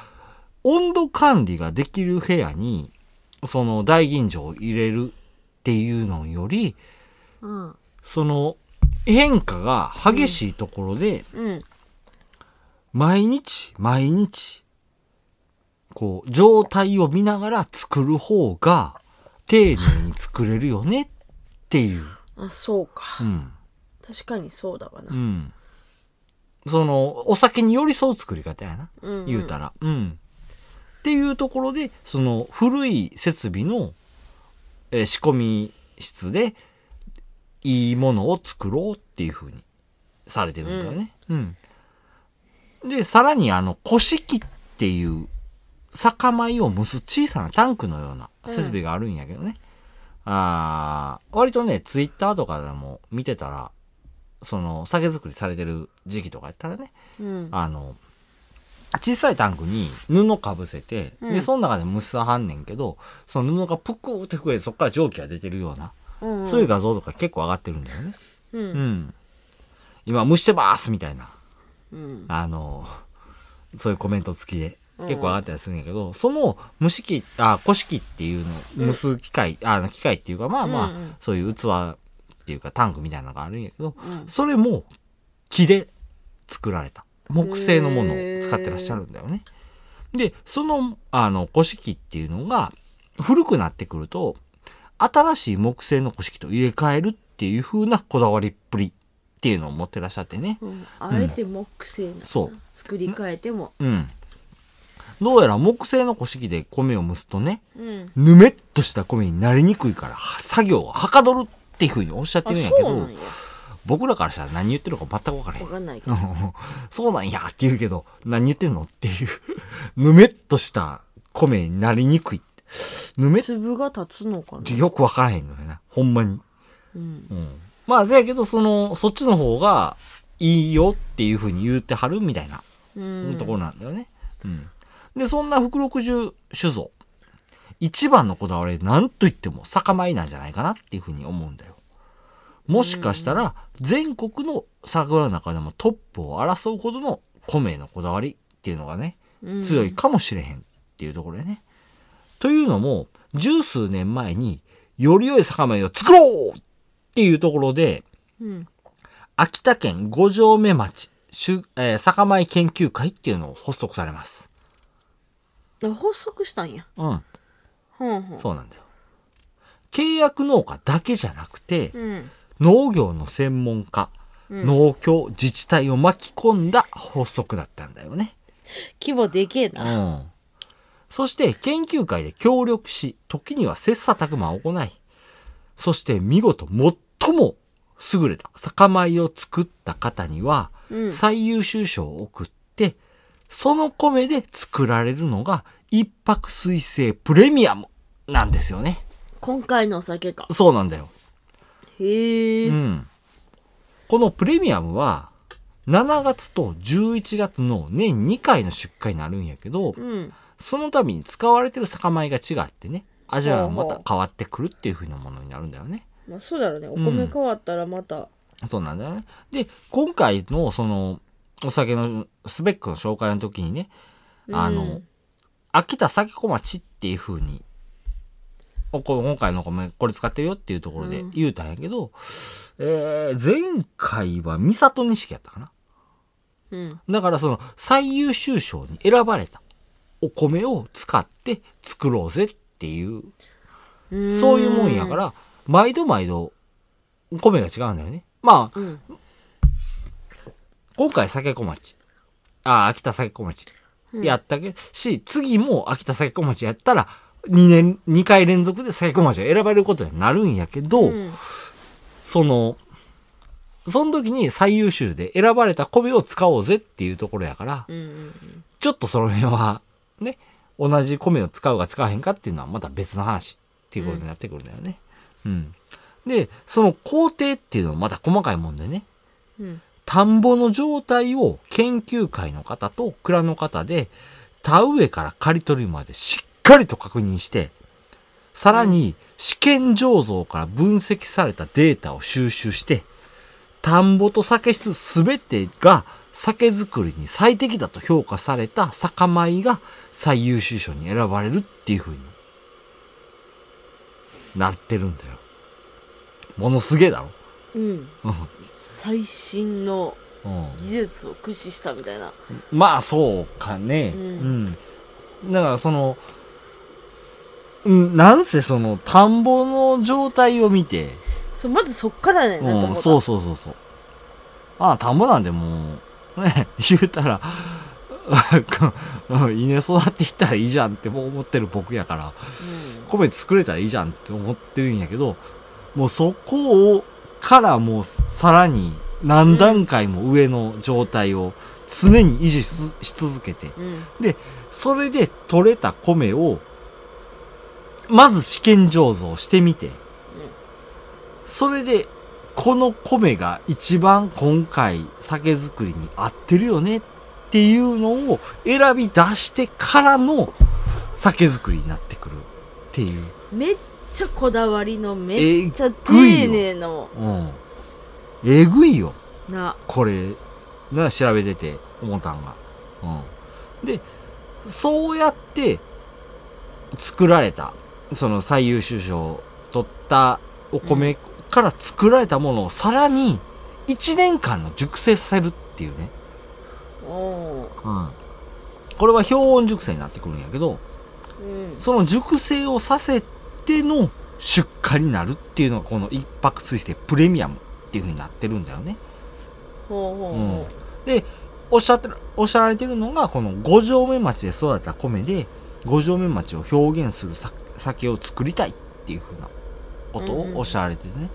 温度管理ができる部屋に、その大吟醸を入れるっていうのより、
うん
その変化が激しいところで、
うん
毎日、毎日、こう、状態を見ながら作る方が、丁寧に作れるよねっていう。
あそうか、
うん。
確かにそうだわな、
うん。その、お酒に寄り添う作り方やな。
うんうん
言うたら。うん。っていうところで、その、古い設備の、えー仕込み室で、いいものを作ろうっていうふうにされてるんだよね。うん。で、さらにあの、古式っていう、酒米を蒸す小さなタンクのような設備があるんやけどね。あー割とね、ツイッターとかでも見てたら、その、酒造りされてる時期とかやったらね、
うん
あの、小さいタンクに布かぶせて、
うん
で、その中で蒸さはんねんけど、その布がぷくーって膨れて、そっから蒸気が出てるような、
うん
そういう画像とか結構上がってるんだよね。
う
うんん。今蒸してますみたいな、
うん
あの、そういうコメント付きで。結構上がったりするんやけど、その蒸し器、あ、古式っていうの、蒸す機械、あの機械っていうか、まあまあ、
うんうん
そういう器っていうかタンクみたいなのがあるんやけど、
うん
それも木で作られた木製のものを使ってらっしゃるんだよね。でそのあの古式っていうのが古くなってくると新しい木製の古式と入れ替えるっていう風なこだわりっぷりっていうのを持ってらっしゃってね。
うんあえて木製な
そう
作り変えても
うん。どうやら木製の古式で米を蒸すとね
うん
ぬめっとした米になりにくいからは作業がはかどるっていう風におっしゃって
あ
るんやけ
そうな
ど
んや
僕らからしたら何言ってるか全く分からへん
わ。かんないけ
う
ど
ん そうなんやって言うけど、何言ってんのっていう。ぬめっとした米になりにくい。ぬめっ
粒が立つのかな
てよくわからへんのよな。ほんまに。
うん
うん。まあ、せやけど、その、そっちの方がいいよっていうふうに言うてはるみたいな
うん
ところなんだよね。うん。で、そんな福六十酒造。一番のこだわり、なんと言っても酒米なんじゃないかなっていうふうに思うんだよ。もしかしたら、全国の酒蔵の中でもトップを争うほどの米へのこだわりっていうのがね、
うん
強いかもしれへんっていうところでね。というのも、十数年前に、より良い酒米を作ろうっていうところで、
うん
秋田県五城目町、酒えー酒米研究会っていうのを発足されます。
あ発足したんや
うん。
ほんほん
そうなんだよ。契約農家だけじゃなくて、
うん
農業の専門家、
うん
農協、自治体を巻き込んだ発足だったんだよね。
規模でけえな
うん。そして研究会で協力し、時には切磋琢磨を行い、そして見事最も優れた酒米を作った方には、
うん
最優秀賞を送って、その米で作られるのが一泊水星プレミアムなんですよね。
今回のお酒か
そうなんだよ。
へえ
うん。このプレミアムは、7月と11月の年2回の出荷になるんやけど、
うん
その度に使われてる酒米が違ってね、味わいもまた変わってくるっていう風なものになるんだよね。
まあそうだろうね
う
お米
ん
変わったらまた
そうなんだよね。で、今回のその、お酒のスペックの紹介の時にね、あの、
うん
秋田酒小町っていう風に、おこ今回のお米これ使ってるよっていうところで
うん
言うたんやけど、えー、前回は三里錦やったかな。
うん
だからその最優秀賞に選ばれたお米を使って作ろうぜっていうそういうもんやから、毎度毎度、米が違うんだよね。まあ、
うん
今回酒小町。ああ、秋田酒小町。やったけ、し、次も秋田酒小町やったら、2年、2回連続で酒小町を選ばれることになるんやけど、
うん
その、その時に最優秀で選ばれた米を使おうぜっていうところやから、
うんうん
ちょっとその辺は、ね、同じ米を使うか使わへんかっていうのはまた別の話っていうことになってくるんだよね。うん。で、その工程っていうのもまた細かいもんでね、
うん
田んぼの状態を研究会の方と蔵の方で、田植えから刈り取りまでしっかりと確認して、さらに試験醸造から分析されたデータを収集して、田んぼと酒質すべてが酒造りに最適だと評価された酒米が最優秀賞に選ばれるっていう風になってるんだよ。ものすげえだろ。
うん
うん
最新の
ううん
技術を駆使したみたいな
まあそうかね。う。
うん
だからその、うん、なんせその田んぼの状態を見て、
そうまずそっからやねんな
う
と思
ん、
った
そうそうそうそう。ああ、田んぼなんでもう、ね、 言うたら、うん稲育っていったらいいじゃんって思ってる僕やから、
う
米作れたらいいじゃんって思ってるんやけど、もうそこを、からもうさらに何段階も上の状態を常に維持しし続けて、
んうん
それで取れた米を、まず試験醸造してみて、それで、この米が一番今回酒造りに合ってるよねっていうのを選び出してからの酒造りになってくるっていう。
めっちゃこだわりのめっちゃ丁寧の
うん。えぐいよ。
な
これ、な、調べてて思ったんが。うん。で、そうやって作られた、その最優秀賞を取ったお米から作られたものをさらに1年間の熟成させるっていうね。
おー
うん。これは氷温熟成になってくるんやけど、
うん
その熟成をさせての出荷になるっていうのがこの一泊水してプレミアムっていう風になってるんだよね。
ほうほうほ
でおっしゃってるおっしゃられてるのがこの五条目町で育った米で五条目町を表現するさ酒を作りたいっていうふうなこと
うん
を
うん
おっしゃられてね、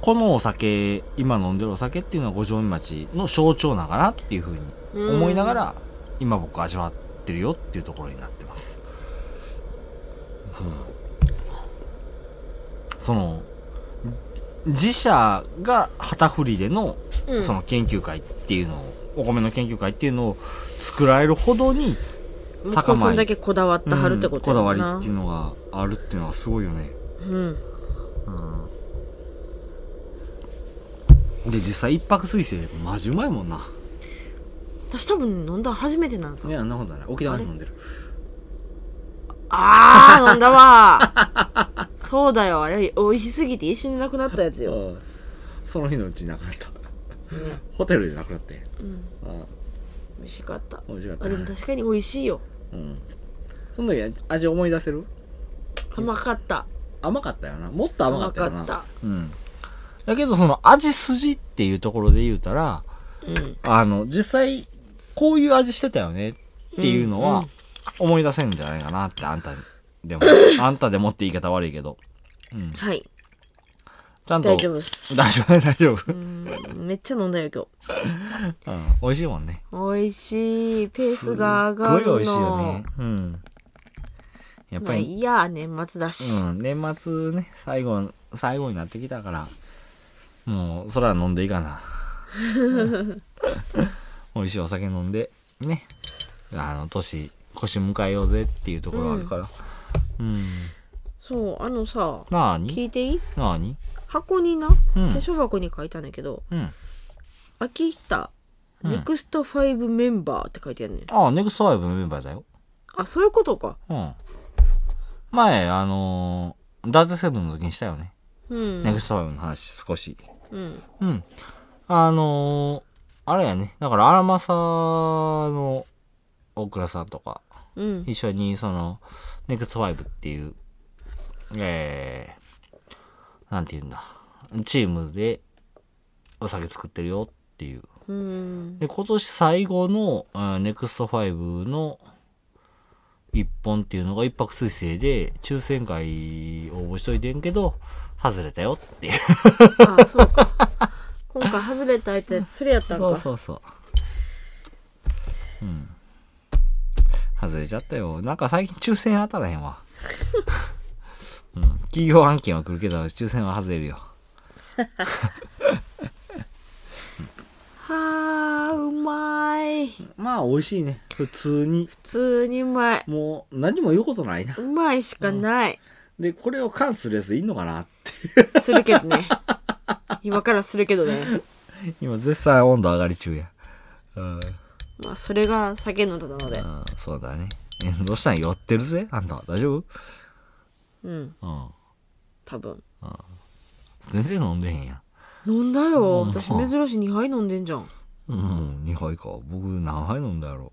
このお酒今飲んでるお酒っていうのは五条目町の象徴なのかなっていうふうに
うん
思いながら、今僕味わってるよっていうところになってます、うんその自社が旗振りでの
ううん
その研究会っていうのを、お米の研究会っていうのを作られるほどに
向こ
酒
うそんだ
米
けこだわったはるってこと
うん
や
こ
もん
だわり
な
っていうのがあるっていうのはすごいよね、
うん
で実際一泊水星マジうまいもんな
私多分飲んだの初めてなんさ
いやそんなことない沖縄で飲んでる
あー飲ん だわそうだよあれ美味しすぎて一緒になくなったやつよ、
うんその日のうちになくなった
ね
ホテルでなくなって
うん、
あ
美味しかった
美味しかった
あでも確かに美味しいよ
うんその時味思い出せる
甘かった
甘かったよなもっと甘かったよな
甘かっ
うんだけどその味筋っていうところで言うたら
うん
あの、実際、こういう味してたよねっていうの
う
は
ん、
思い出せんじゃないかなって、あんた でも、あんたでもって言い方悪いけど。うん。ち
はい
ゃんと。
大丈夫っす
大丈夫、大 丈夫。
うんめっちゃ飲んだよ今
うん。美味しいもんね。
日美味しいペースが上がるの
すっごい美味しいよね。うん。やっ
ま
ぱ
あ
り、
いいや年末だし、
うん、年末ね、最後、最後になってきたから、もう、そら飲んでいいかな。 美味しいお酒飲んで、ね。あの、年、腰迎えようぜっていうところあるから。うん
そうあのさ
なあに
聞いていい
なあに
箱にな、
うん
手書箱に書いたんだけど
うん。
「秋田
うん
ネクスト5メンバー」って書いてあるね、
ああ、ネクストワイブのメンバーだよ。
あそういうことか
うん。前、あのー、ダートセブンの時にしたよね。
うん
ネクストワイブの話、少し。
うん
うん。あのー、あれやね。だから、荒政の大倉さんとか、
うん
一緒に、その、ネクストワイブっていう、えー、なんて言うんだ。チームで、お酒作ってるよっていう。
うん
で、今年最後の、うんネクスト5の一本っていうのが一泊水星で、抽選会応募しといてんけど、外れたよっていう。
あそうか 今回外れたやつそれやったん
そう
か
そうそう。うん。外れちゃったよ。なんか最近抽選当たらへん わ。うん。企業案件は来るけど、抽選は外れるよ。
はあうまい普
まあ、美味しいね。普通に。
通にうまい
もう、何も言うことないな
う。まいしかない、
で、これを関するやついんのかなって。
するけ どね今からするけどね
今、絶賛温度上がり中や。うん。
まあそれが酒の歌なので
うんそうだね。えどうしたん酔ってるぜあんた。大丈夫
うん
うん。
多分
全然飲んでへんやん。
飲んだよ
うん
私珍しい2杯飲んでんじゃん
うん、2杯か。僕何杯飲んだやろ。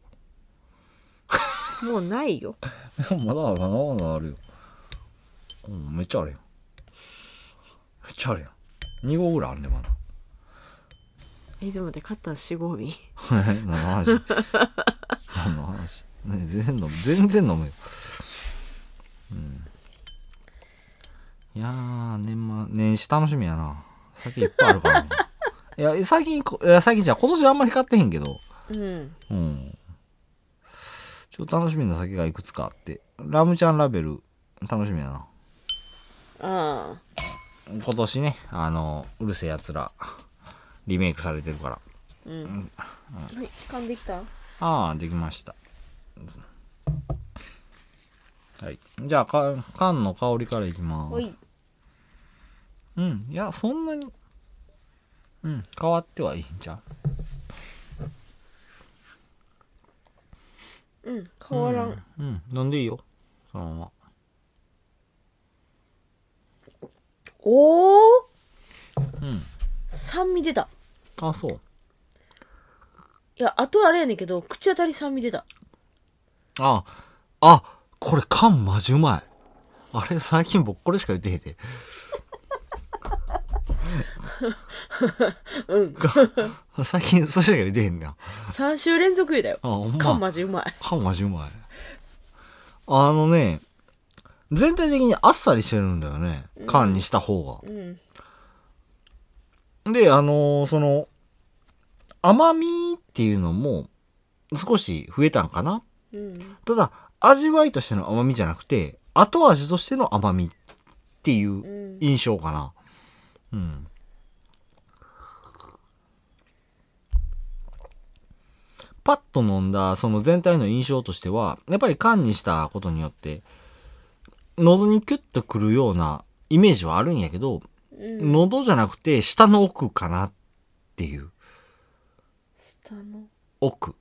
もうないよ
まだまだまだあるよ。うん、めっちゃあるやん。めっちゃあるやん。2合ぐらいあるね、まだ。
えちょっと待って買った4合瓶
何の話何の話ね全然飲む全然飲むよ、うん、いやー年末年始楽しみやな酒いっぱいあるからないや最近こいや最近じゃあ今年あんまり買ってへんけど
うん
うんちょっと楽しみな酒がいくつかあってラムちゃんラベル楽しみやな
ああ
今年ねあのうるせえやつらリメイクされてるから
うんはい噛んできた
ああ、できました。はい。じゃあ、か缶の香りからいきます。
おい
うん。いや、そんなに、うん、変わってはいいんじゃう
うん変わらん、
うん、飲んでいいよ。そのまま。
おお
うん。
酸味出た
あ、そう。
いやあとあれやねんけど口当たり酸味出た
あ、あ、これ缶マジうまい。あれ、最近僕これしか言ってへんで。
うん
が最近それしか言ってへんな。
3週連続言うだよ
あ、ほんま。
缶マジうまい
缶マジうまい。あのね、全体的にあっさりしてるんだよね。缶にした方が。
うん
で、あのーその、甘みっていうのも少し増えたんかな
うん
ただ、味わいとしての甘みじゃなくて、後味としての甘みっていううん印象かな。うん。パッと飲んだ、その全体の印象としては、やっぱり缶にしたことによって、喉にキュッとくるようなイメージはあるんやけど、
うん
喉じゃなくて下の奥かなっていう
下の
奥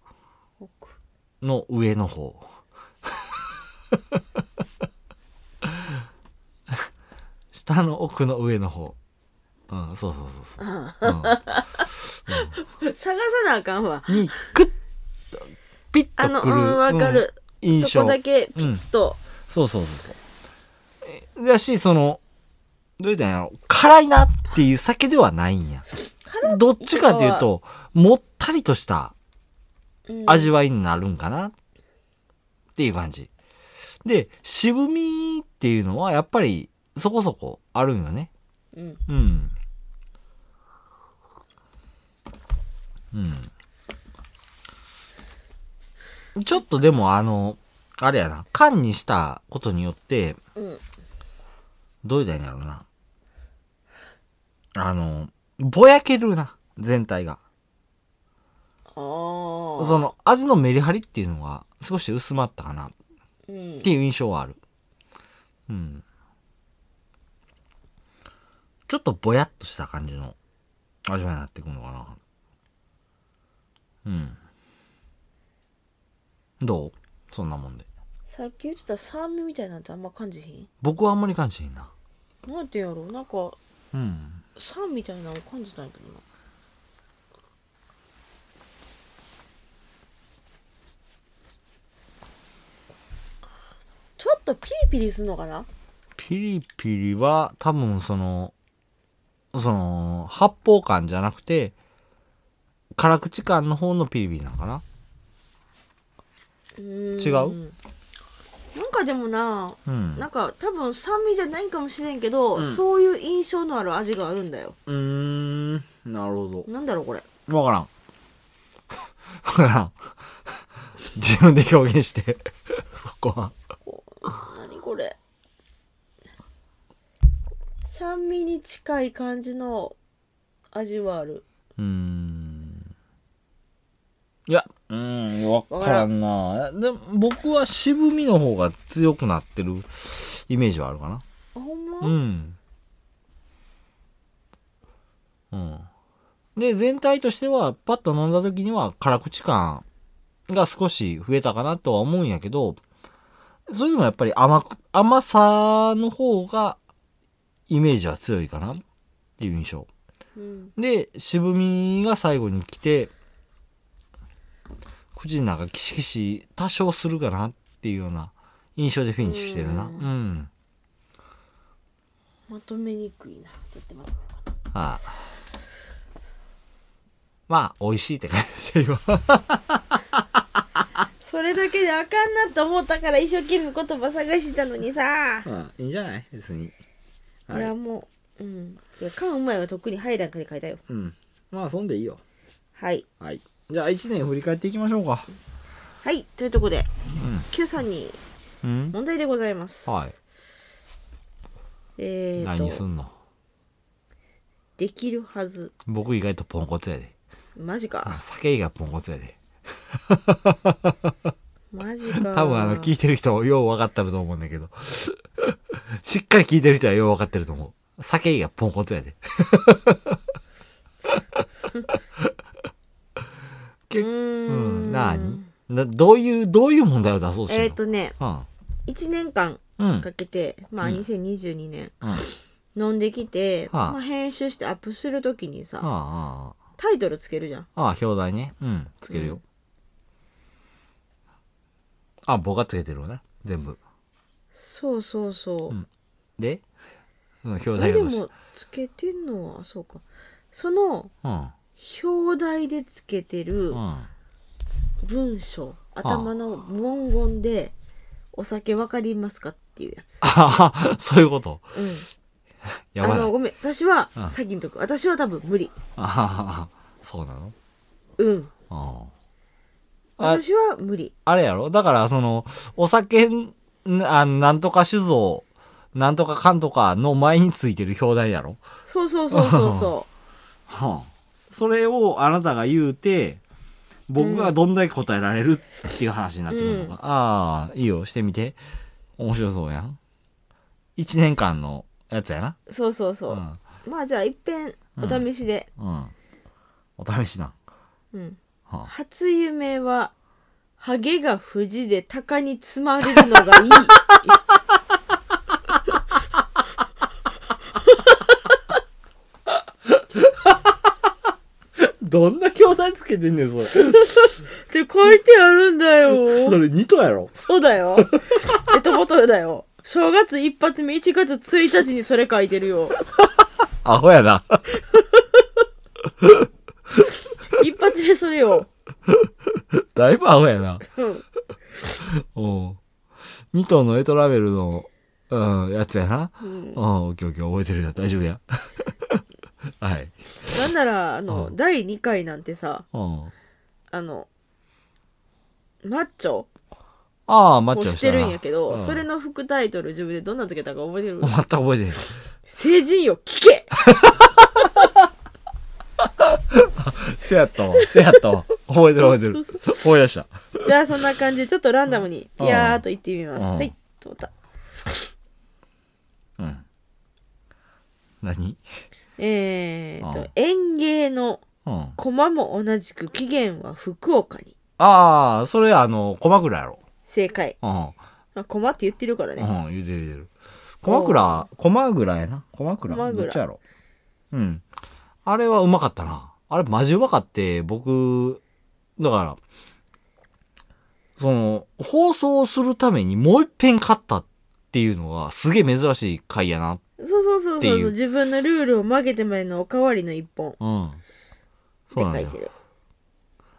奥
の上の方 下の奥の上の方うんそうそうそうそう、
探さなあかんわ
うん、にクッとピッ
あ
と
の
く
う
る、
んわかる、
うん印象
そこだけピッと、
そうそうそうそうえだしそのどう言ったんやろ辛いなっていう酒ではないんや
辛
どっちかというともったりとした
うん
味わいになるんかなっていう感じ。で、渋みっていうのはやっぱりそこそこあるんよね。
うん
うん。うん。ちょっとでもあの、あれやな、缶にしたことによって、
うん
どう言ったらいいんやろうな。あの、ぼやけるな、全体が。
ああ
その味のメリハリっていうのが少し薄まったかな。
うん
っていう印象はある。うん。ちょっとぼやっとした感じの味わいになってくるのかな。うん。どうそんなもんで。
さっき言ってた酸味みたいなんてあんま感じひ
僕はあんまり感じへんな。
んなんてやろうなんか
うん。
酸みたいなの感じないけどなちょっとピリピリするのかな
ピリピリは多分その、その、発泡感じゃなくて、辛口感の方のピリピリなのかな
違
違う
なんかでもな
うん。
なんか多分酸味じゃないんかもしれんけど、
ん
そういう印象のある味があるんだよ
うーん。なるほど。
なんだろうこれ
わからん。わからん。自分で表現して、そこは。
こう何これ酸味に近い感じの味はある
うーん。いや、うーん、わからんな。でも僕は渋みの方が強くなってるイメージはあるかな。
あほんま、
うん。うん。で、全体としては、パッと飲んだ時には辛口感が少し増えたかなとは思うんやけど、それでもやっぱり甘く、甘さの方が、イメージは強いかなっていう印象。
うん
で、渋みが最後に来て、くじなんかキシキシ多少するかなっていうような印象でフィニッシュしてるな。う
うん
ん。
まとめにくいなどうやってまとめようかな
ああまあ、美味しいって感じで今。
それだけであかんなと思ったから一生懸命言葉探してたのにさ、
いいんじゃない別に。
い、やもううんいや缶うまいは特に早い段階で書いたよ
うん。まあ、そんでいいよ。
はい
はい。じゃあ、1年振り返っていきましょうか。
はいというところで、Q さんに
うん。
問題でございます
はい。
えー、
何す
と
んの
できるはず
僕意外とポンコツやで。
マジ
あ
か
酒以外ポンコツやで。
マジか
多分あの、聞いてる人、よう分かってると思うんだけど。 しっかり聞いてる人はよう分かってると思う。酒以外ポンコツやで。
う
う
ー
んん。なになどういう、どういう問題を出そうとしてる
えっ、ー、とね
の
1年間
うん。うん。
かけて、まあ
うん
2022年、
うん
飲んできて、
はあ
まあ、編集してアップするときにさ、
ああ、
タイトルつけるじゃん
ああ、ああ、表題ね。うん。つけるよ。
うん
あ、僕がつけてるわな。全部。
そうそうそう、
うんで、うん、表
え
題
で
を出し
もつけてんのはそうかその
うん。
表題でつけてる
うん。
文章、頭の文言で「お酒わかりますか?」っていうやつ
あ、ははそういうこと。
うん、
や
あ
ばい。
のごめん私は
うん
先にとく私は多分無理
あははそうなの
うん
うん。あ
私は無理
あれやろだから、その、お酒ん、あなんとか酒造、なんとかかんとかの前についてる表題やろ
そうそうそうそうそ
はあ、それをあなたが言うて、僕がどんだけ答えられるっていう話になってくるのか。
うん
ああ、いいよ、してみて。面白そうやん。一年間のやつやな。
うそうそうそう、
ん。
まあじゃあいっぺんお試しで、
うん。お試しな。
うん
はあ、
初夢はハゲが富士で鷹に積まれるのが いい
どんな教材つけてんねん、そ れ。
って書いてあるんだよ
れ2とやろ
そうだよ。ペットボトルだよ。正月一発目、1月1日にそれ書いてるよ。
アホやな。
一発目それよ。
だいぶアホやな。
うん。
お2頭のエトラベルの、うん、やつやな。
う
うん
ん、
オッケーオッケー、覚えてるよ。大丈夫や。 はい。
なんなら、あの、
うん
第2回なんてさ、
うん。
あの、マッチョ
ああ、マッ
を
チョ
してるんやけど、
うん
それの副タイトル自分でどんなんつけたか覚えてる
全く覚えてない。
成人よ、聞け
せやったわ。せやったわ。覚えてる覚えて る。覚え出した。
じゃあそんな感じで、ちょっとランダムに、
うん
ピヤーっと言ってみます。
うん
はい、通った。
うん。何
えー
う
と
ん、
園芸の
うん。あ
駒も同じく期限は福岡に。
あ、それあの、小枕やろ。
正解。
う
まあ、駒って言ってるからね。
ん。うん、言うてる言うてる。小枕、小枕やな。小枕。
小枕
どっちやろ。うん。あれはうまかったな。あれマジうまかって、僕、だから、その、放送するためにもう一遍買ったっていうのはすげえ珍しい回やな
そうそうそう
って
そう
い
そうう自分のルールを曲げてまでのおかわりの一本って
うん。そうなんだ
書い
よ
て。る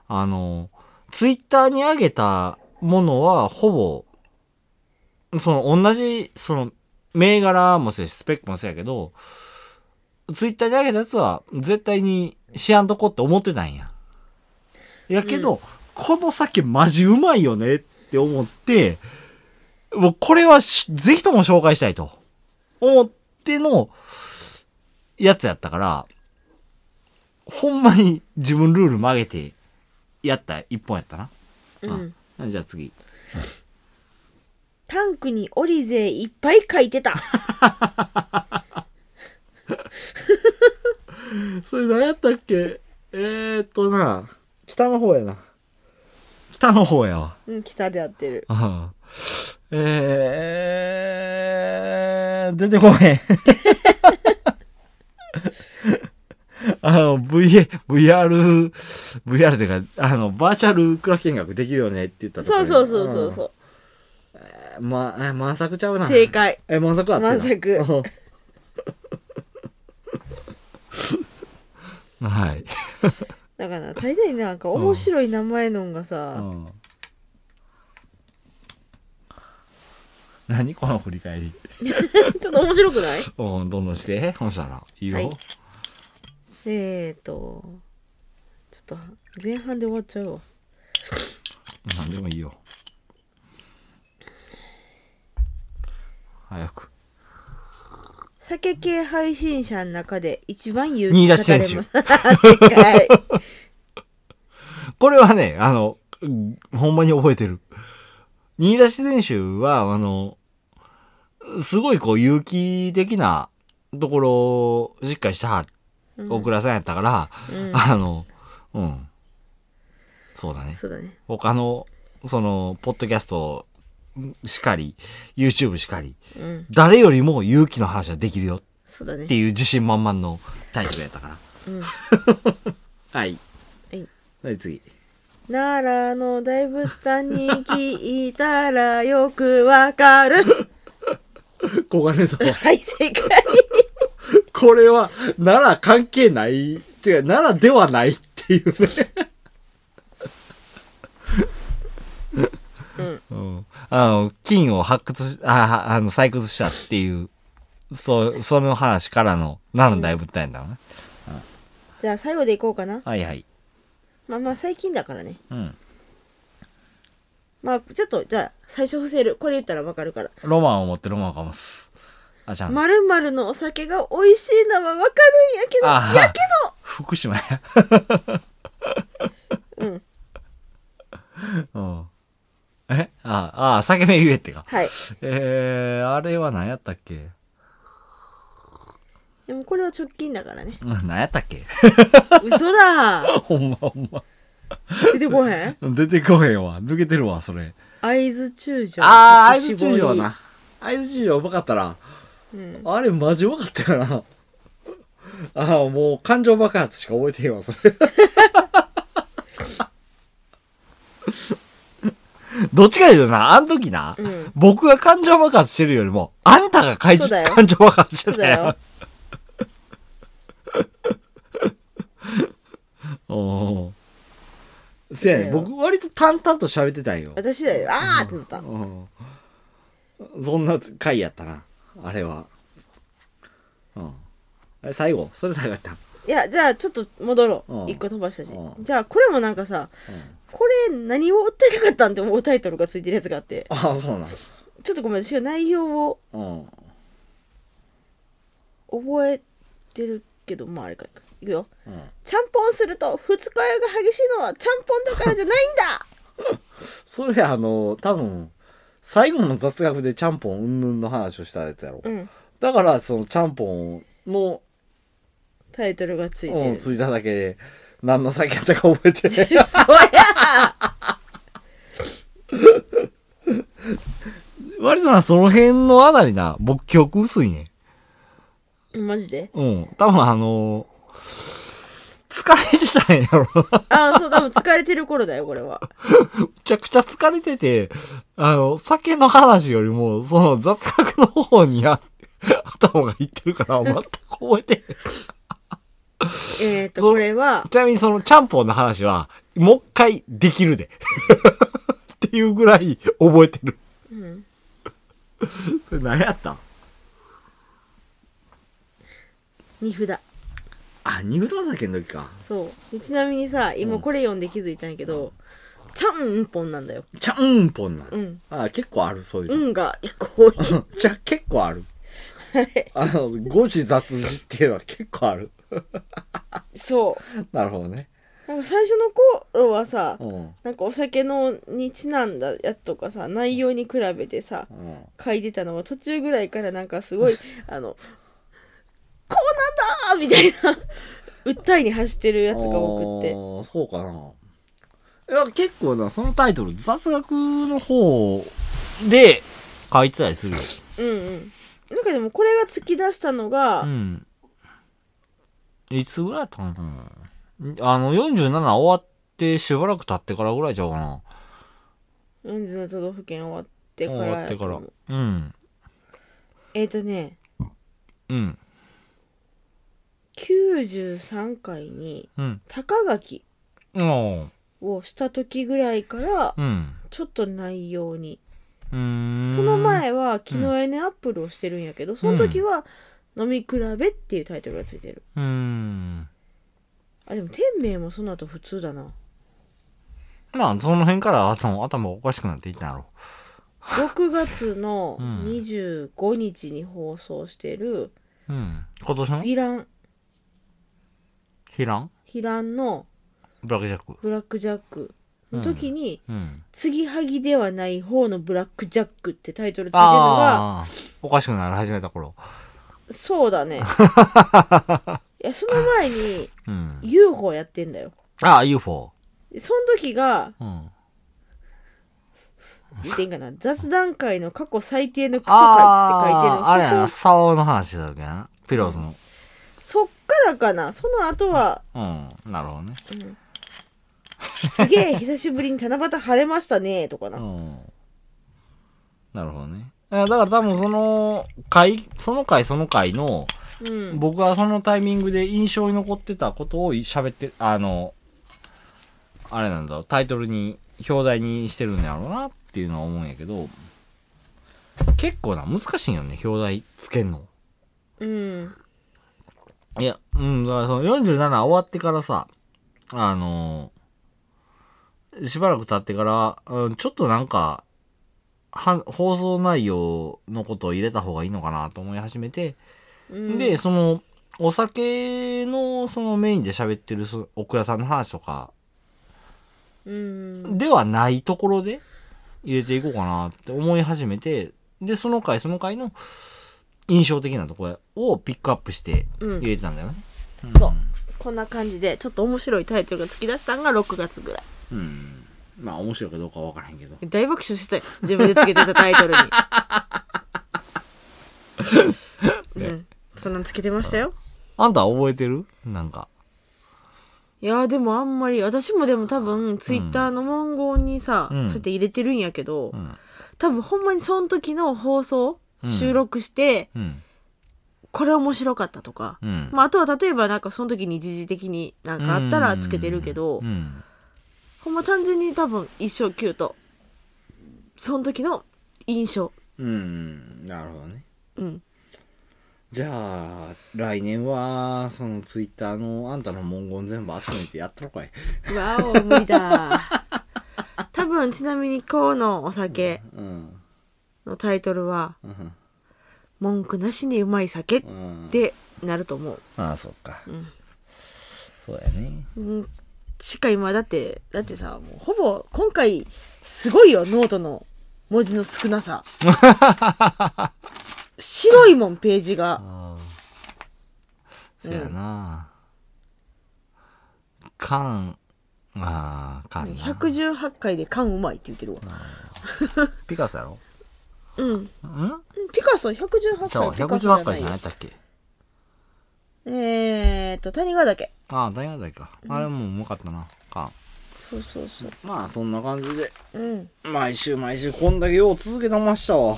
あの、ツイッターに上げたものは、ほぼ、その、同じ、その、銘柄もそうやし、スペックもそうやけど、ツイッターに上げたやつは、絶対にしやんとこって思ってたんや。やけど、この酒マジうまいよねって思って、もうこれはしぜひとも紹介したいと思ってのやつやったから、ほんまに自分ルール曲げてやった一本やったな。
うん
あじゃあ次。
タンクにオリゼいっぱい書いて た
それ何やったっけえー、っとな、北の方やな。北の方やわ。
うん北で合ってる
うんえー、出てこへん。 あの、VA、VR、VR ていうか、あの、バーチャルクラ見学できるよねって言ったとこ
そう
ろ
そうそうそうそう
うん。ま、え、満作ちゃうな。
正解
え、満作あってな
満作
うん はい。
だから大体なんか面白い名前のんが
う
さ、
ん何この振り返り。
ちょっと面白くない
うん、どんどんして。ほんしたら。いいよ。
はいえーとちょっと前半で終わっちゃうわ
何でもいいよ。早く。
酒系配信者の中で一番有
新
名
田選手
正 解
これはね、あの、うんほんまに覚えてる。新田選手は、あの、すごいこう、有機的なところをしっかりしたは、
うん
大倉さんやったから、
うん
あの、うん。そうだね。
そうだね
他の、その、ポッドキャストしかり、YouTube しかり、
うん
誰よりも勇気の話はできるよ
そうだね
っていう自信満々のタイトルやったから。
うんは
はい。
い
はい、次。
奈良の大仏さんに聞いたらよくわ かる
小金さんは、
はい正解
これは、奈良関係ない、違う、奈良ではないっていうね。うん、あの金を発掘しああの採掘したっていうそうその話からの奈良の大仏体なんだろうね、
じゃあ最後でいこうかな
はいはい
まあまあ最近だからね
うん
まあちょっとじゃあ最初伏せるこれ言ったらわかるから
ロマンを持ってロマンをかますあちゃん、
まるまるのお酒が美味しいのはわかるんやけど
あー
やけ
福島や
どうん
うんえああ裂け目ゆえってか
はい
えー、あれは何やったっけ
でもこれは直近だからね
うん何やったっけ
嘘だ
ほんまほんま
出てこへん
出てこへんわ抜けてるわそれ
会津中将
ああ会
内
津
絞り
中将な会津中将うまかったな
うん
あれマジうまかったよなああもう感情爆発しか覚えてへんわそ れどっちか言うとなあの時な、
うん
僕が感情爆発してるよりも、あんたが怪
そうだよ
感情爆発して
そう
た
だ
よ
よ。
おーせやね、
そうだよ
僕割と淡々と喋ってたんよ。
私だよあーってなった
うん。そんな回やったな、あれは。うん。あれ最後それ最後やったん
いやじゃあちょっと戻ろ
うん
う一個飛ばしたし
うん
じゃあこれもなんかさこれ何を訴えたかったんって思うタイトルがついてるやつがあって
ああ、そうなん。
ちょっとごめん私が内容を
うん。
覚えてるけどまああれかいくよ
うん。
ちゃんぽんすると二日酔いが激しいのはちゃんぽんだからじゃないんだ
それあの、多分、最後の雑学でちゃんぽんうんぬんの話をしたやつやろ。
うん
だから、そのちゃんぽんの、
タイトルがついて
うん、
る
ついただけで、何の酒やったか覚えてない。
そりゃ
割とな、その辺のあたりな、僕記憶薄いね。
マジで
うん。多分あの疲れてたんやろな。
あそう多分疲れてる頃だよこれは
めちゃくちゃ疲れてて、あの、酒の話よりも、その雑学の方にあ頭がいってるから、全く覚えてへん。
えっと
そう
これは
ちなみにそのちゃんぽんの話は、もう一回できるで。っていうぐらい覚えてる。
うん
それ何やった
二札
あ、ニューダ酒の時か。
そうでちなみにさ
う
今
ん
これ読んで気づいたんやけど、ちゃんぽんなんだよ
ちゃんぽんな。
うん
あ、結構ある、そういう
う
の。
んが一個多い
じゃ、結構ある。あの、誤字雑字っていうのは結構ある。
そう
なるほどね。
なんか最初の頃はさ
うん。
なんかお酒のにちなんだやつとかさ内容に比べてさ
うん。
書いてたのは途中ぐらいからなんか すごいあの「こうなんだ!」みたい な訴えに走ってるやつが多く
あ
て
ーそうかないや結構なそのタイトル雑学の方で書いてたりする
うんうんなんかでもこれが突き出したのが、
うんいつぐらいだったかなあの、47終わってしばらく経ってからぐらいちゃうかな。
47都道府県終わってから
終わってから。うん。
えっ、とね
うん。
93回に
うん。
高垣
うん。
をした時ぐらいから
うん。
ちょっと内容に
うーん。
その。前は「キノエネアップル」をしてるんやけどその時は「飲み比べ」っていうタイトルがついてる
うーん。
あでも天命もその後普通だな
まあ、その辺から頭、頭おかしくなっていったんやろ。
6月の
うん
25日に放送してる
うん。今年
「
の
ヴィラン」
ヒラン
「ヒラン」の
ブラックジャック。
「ブラック・ジャック」の時に
うん。
「継ぎはぎではない方のブラック・ジャック」ってタイトルついてるのが
ああー。おかしくなり始めた頃。
そう だねいやその前に
うん。
UFO やってんだよ
ああ、UFO。
その時が
うん。
言っていいんかな雑談会の過去最低のクソ会って書い
あ
てる
あ、あれや
そ
な、
こ
竿の話だけやな。ピローズの。
そっからかなその後は
うん。なるほどね。
すげえ久しぶりに七夕晴れましたねとかな、
うん。なるほどね。いやだから多分その回、その回その回の、
うん、
僕はそのタイミングで印象に残ってたことを喋って、あの、あれなんだろう、タイトルに、表題にしてるんやろうなっていうのは思うんやけど、結構な、難しいんよね、表題つけんの。
うん、
いや、うん、だからその47終わってからさ、あのーしばらく経ってから、うん、ちょっとなんか、は放送内容のことを入れた方がいいのかなと思い始めて、
うん、
で、その、お酒のそのメインで喋ってるそ奥屋さんの話とか
うん、
ではないところで入れていこうかなって思い始めて、で、その回その回の印象的なところをピックアップして
うん
入れたんだよね。
そうこんな感じでちょっと面白いタイトルが突き出したんが6月ぐらい
うん。まあ面白いかどうかは分からへんけど。
大爆笑してたよ自分でつけてたタイトル に、うん、そんなんつけてましたよ
あんたは覚えてるなんか。
いやーでもあんまり私もでも多分ツイッターの文言にさ、
うん
そうやって入れてるんやけど、
ん。
多分ほんまにその時の放送
うん
収録して、
うん。
これ面白かったとか、
うん。
まあ、あとは例えばなんかその時に一時的になんかあったらつけてるけど、
うん。
ほんま単純に多分一生キュートその時の印象
うん。なるほどね。
うん
じゃあ、来年は、そのツイッターのあんたの文言全部集めてやったのかい。
わお無理だ多分ちなみに今日のお酒
うん。
のタイトルは
うん。
「文句なしにうまい酒」っ
うん。
てなると思う
ああ、そっか。
ん
そうやね。
うんしか今だってだってさもうほぼ今回すごいよノートの文字の少なさ白いもんページが
ああ。そやな。缶、ああ、缶な。
118回で缶うまいって言ってるわ
ピカソやろ
うん
ん
ピカソ
じゃあ、
118回ピ
118
カソじゃな
回
い
じ
よ
ゃないったっけ
えーっと谷川岳
ああ、大学大か。あれもううまかったな。か。
そうそうそう
まあ、そんな感じで、
うん
毎週毎週こんだけよう続けてましたわ。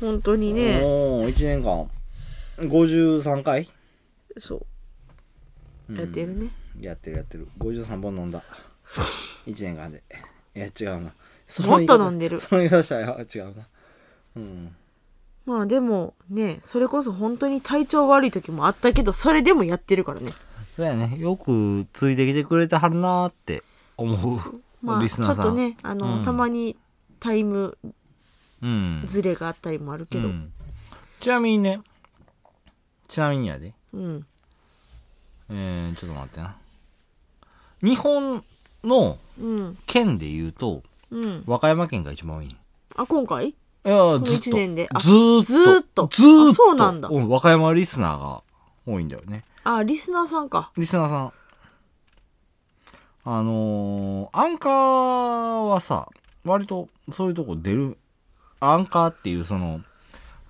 本当にね
もう、1年間。53回
そうやってるね
やってるやってる。53本飲ん だ。1年間で。いや、違うな。
もっと飲んでる
そう言い出したら違うな。うん。
まあでもねそれこそ本当に体調悪い時もあったけどそれでもやってるからね
そうやね。よくついてきてくれてはるなーって思う。
まあ
リ
ち
スナー
ょ
さ
っ
ん
と。ねあの、
うん
たまにタイム
うん。
ズレがあったりもあるけど
う
うん、
んちなみにね、ちなみにやで。えー、ちょっと待ってな。日本の
うん
県で言うと、
うん
和歌山県が一番多いね。
あ今回
いや、
の
ずっと。
一年であ
ずーっと。
ずーっと
ずーっと。
あそうなんだ
和歌山リスナーが多いんだよね。
あリスナーさんか
リスナーさん。あのー、アンカーはさ、割とそういうとこ出る。アンカーっていうその、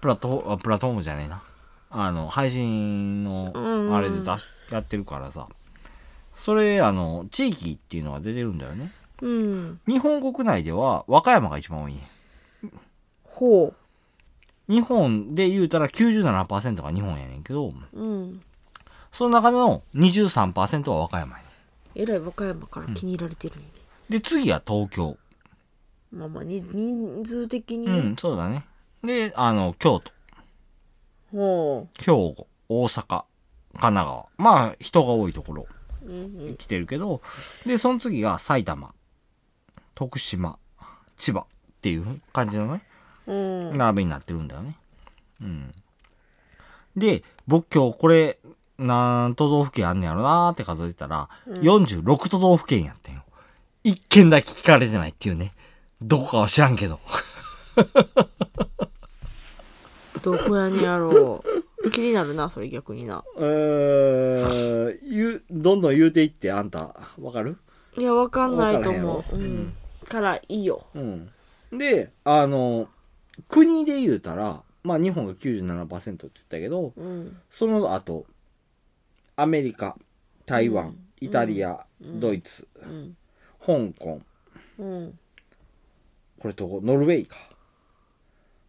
プラットフォーム、あプラットフォームじゃねえな。あの、配信の
うんう、ん
あれで出し、やってるからさ。それ、あの、地域っていうのが出てるんだよね。
うん
日本国内では、和歌山が一番多いね。
ほ
日本で言うたら97%が日本やねんけど、
ううん
その中の23%は和歌山やね
えらい和歌山から気に入られてるね、
んで、次が東京。
まあまあに人数的に
う
ね、
ん、そうだね。で、あの、京都、
ほ
兵庫、大阪、神奈川。まあ、人が多いところ
う、うん
来てるけど、で、その次が埼玉、徳島、千葉っていう感じのね、
うんうん、
並びになってるんだよね。うん。で、僕今日これ、何都道府県あんねやろなーって数えてたら、46都道府県やったんよ。一県だけ聞かれてないっていうね。どこかは知らんけど。
どこやねやろ う気になるなそれ逆にな
うん、言う、どんどん言うていって、あんた、わかる
いやわかんないと
わか
思
ら
う、う
へんやろ
ん、からいいよ
うん。で、あの、国で言うたら、まあ日本が97%って言ったけど、
うん
その後、アメリカ、台湾、
うん
イタリア、
うん
ドイツ、
うん
香港、
うん
これとこ、ノルウェーか。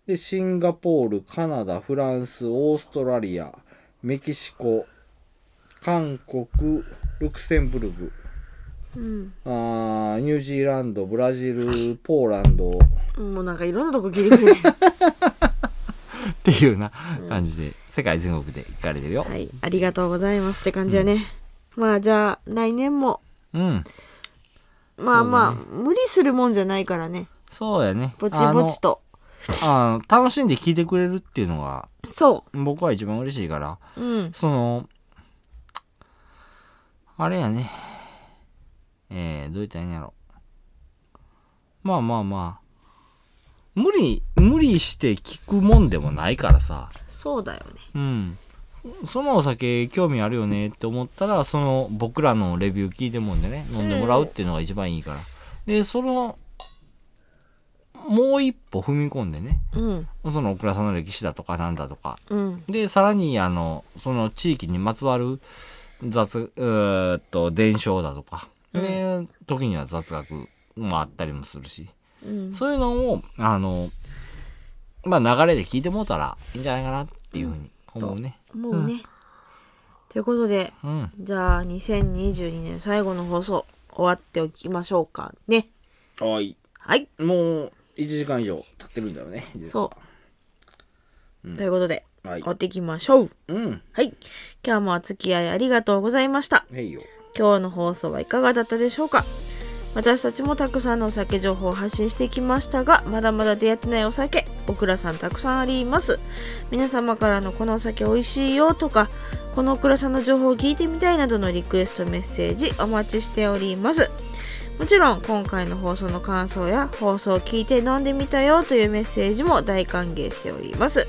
で、シンガポール、カナダ、フランス、オーストラリア、メキシコ、韓国、ルクセンブルグ、
うん
あーニュージーランド、ブラジル、ポーランド、
もうなんかいろんなとこギリギリ
っていうな感じで、世界全国で行かれてるよ。
はいありがとうございますって感じやね、まあじゃあ来年も
うん。
まあまあ、
そ
無理するもんじゃないからね
そうやね。
ぼちぼちと
あのあの楽しんで聞いてくれるっていうのが、
そ
僕は一番嬉しいから、
ううん
その、あれやね。えー、どう言ったらいいんやろ。まあまあまあ。無理、無理して聞くもんでもないからさ。
そうだよね
うん。そのお酒興味あるよねって思ったら、その僕らのレビュー聞いてもんでね、飲んでもらうっていうのが一番いいから。で、その、もう一歩踏み込んでね、
うん
そのオクラさんの歴史だとかなんだとか。
うん
で、さらに、あの、その地域にまつわる雑、うーっと、伝承だとか。で、時には雑学もあったりもするし。
うん
そういうのを、あの、まあ流れで聞いてもうたらいいんじゃないかなっていうふうに思うね。
もうね、ということで
うん。
じゃあ2022年最後の放送終わっておきましょうかね
はい。
はい
もう、1時間以上経ってるんだよね。
そう、ということで、
はい
終わっていきましょう
う。うん。
はい今日もお付き合いありがとうございました
へいよ。
今日の放送はいかがだったでしょうか私たちもたくさんのお酒情報を発信してきましたがまだまだ出会ってないお酒オクラさんたくさんあります皆様からのこのお酒おいしいよとかこのオクラさんの情報を聞いてみたいなどのリクエストメッセージお待ちしておりますもちろん今回の放送の感想や放送を聞いて飲んでみたよというメッセージも大歓迎しております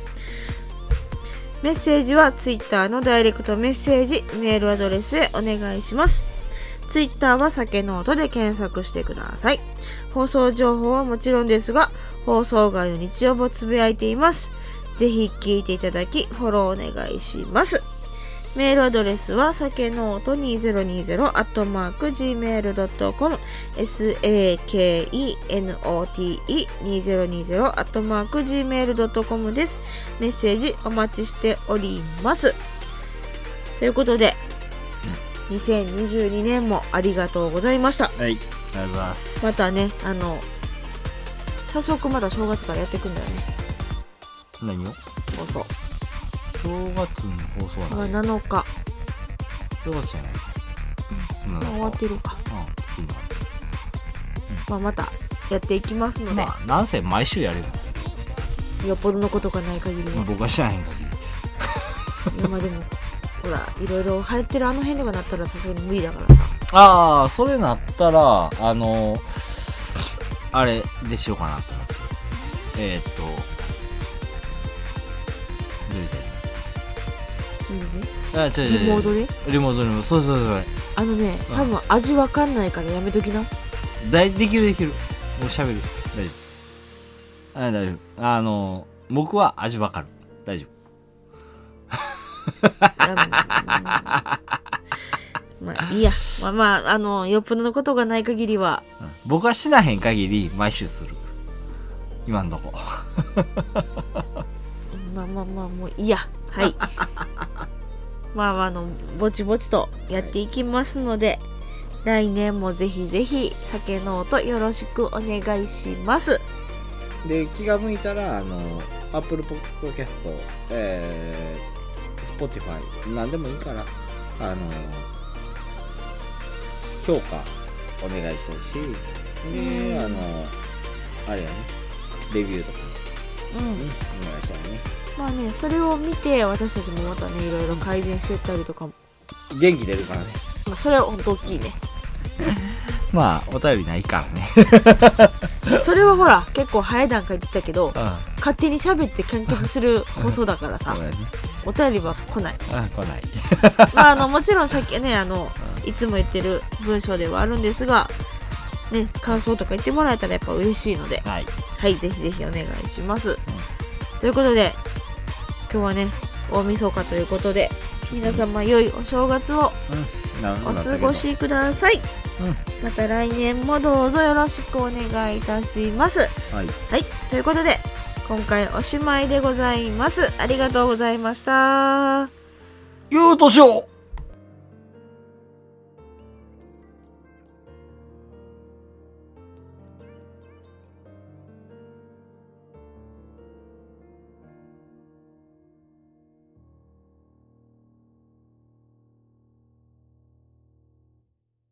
メッセージは Twitter のダイレクトメッセージメールアドレスへお願いしますツイッターは酒ノートで検索してください。放送情報はもちろんですが、放送外の日曜もつぶやいています。ぜひ聞いていただき、フォローお願いします。メールアドレスは、酒ノート2020 gmail.com、sakenote2020 gmail.com です。メッセージお待ちしております。ということで、2022年もありがとうございました
はい。ありがとうございます。
またねあの早速まだ正月からやっていくんだよね
何を
放送
正月の放送は何
今7日
正月じゃないうん。
終わってるか、
うん。いいな
まあ、またやっていきますので、
まあ、なんせ毎週やるよ。
よっぽどのことがない限りは
僕は知らへん限り。
今でもほらいろいろ流行ってるあの辺とかなったらさすがに無理だからさ
ああ、それなったら、あの、あれでしようかなと思って。えー、っと、どう言ったらいいの
ち
あ、違
ょっとね
う違う違う
リモートで
リモートリモートそうそうそう
あのね
うん
多分味わかんないからやめときな
だいできるできるもう喋る大丈夫あ大丈夫あの僕は味わかる大丈夫
まあいいや。まあ、まあ、あの、よっぽどのことがない限りは、
僕は死なへん限り毎週する今んとこ
まあまあまあ、もういいや。はい。まあまあ、あの、ぼちぼちとやっていきますので、来年もぜひぜひ、酒の音よろしくお願いします。
で気が向いたらあの Apple Podcast、えー、Spotify 何でもいいからあの評価お願いしたいし
う
で
ん
あのあれやねレビューとか
うん
ねお。願いしたいね
まあね、それを見て、私たちもまたね、いろいろ改善してったりとかも、
元気出るからね
まあ、それは本当大きいね。
まあお便りないから ね
それはほら、結構早い段階で言ったけど、勝手に喋って完結する放送だからさ
そう、だね
お便りは来ない。
あ来ない
まあ、あのもちろんさっきねあのいつも言ってる文章ではあるんですが、ね、感想とか言ってもらえたらやっぱ嬉しいので
はい
はいぜひぜひお願いします、ということで今日はね大晦日ということで皆様良いお正月を
な
お過ごしください、また来年もどうぞよろしくお願いいたします
はい
はいということで今回おしまいでございますありがとうございました
言うとしよう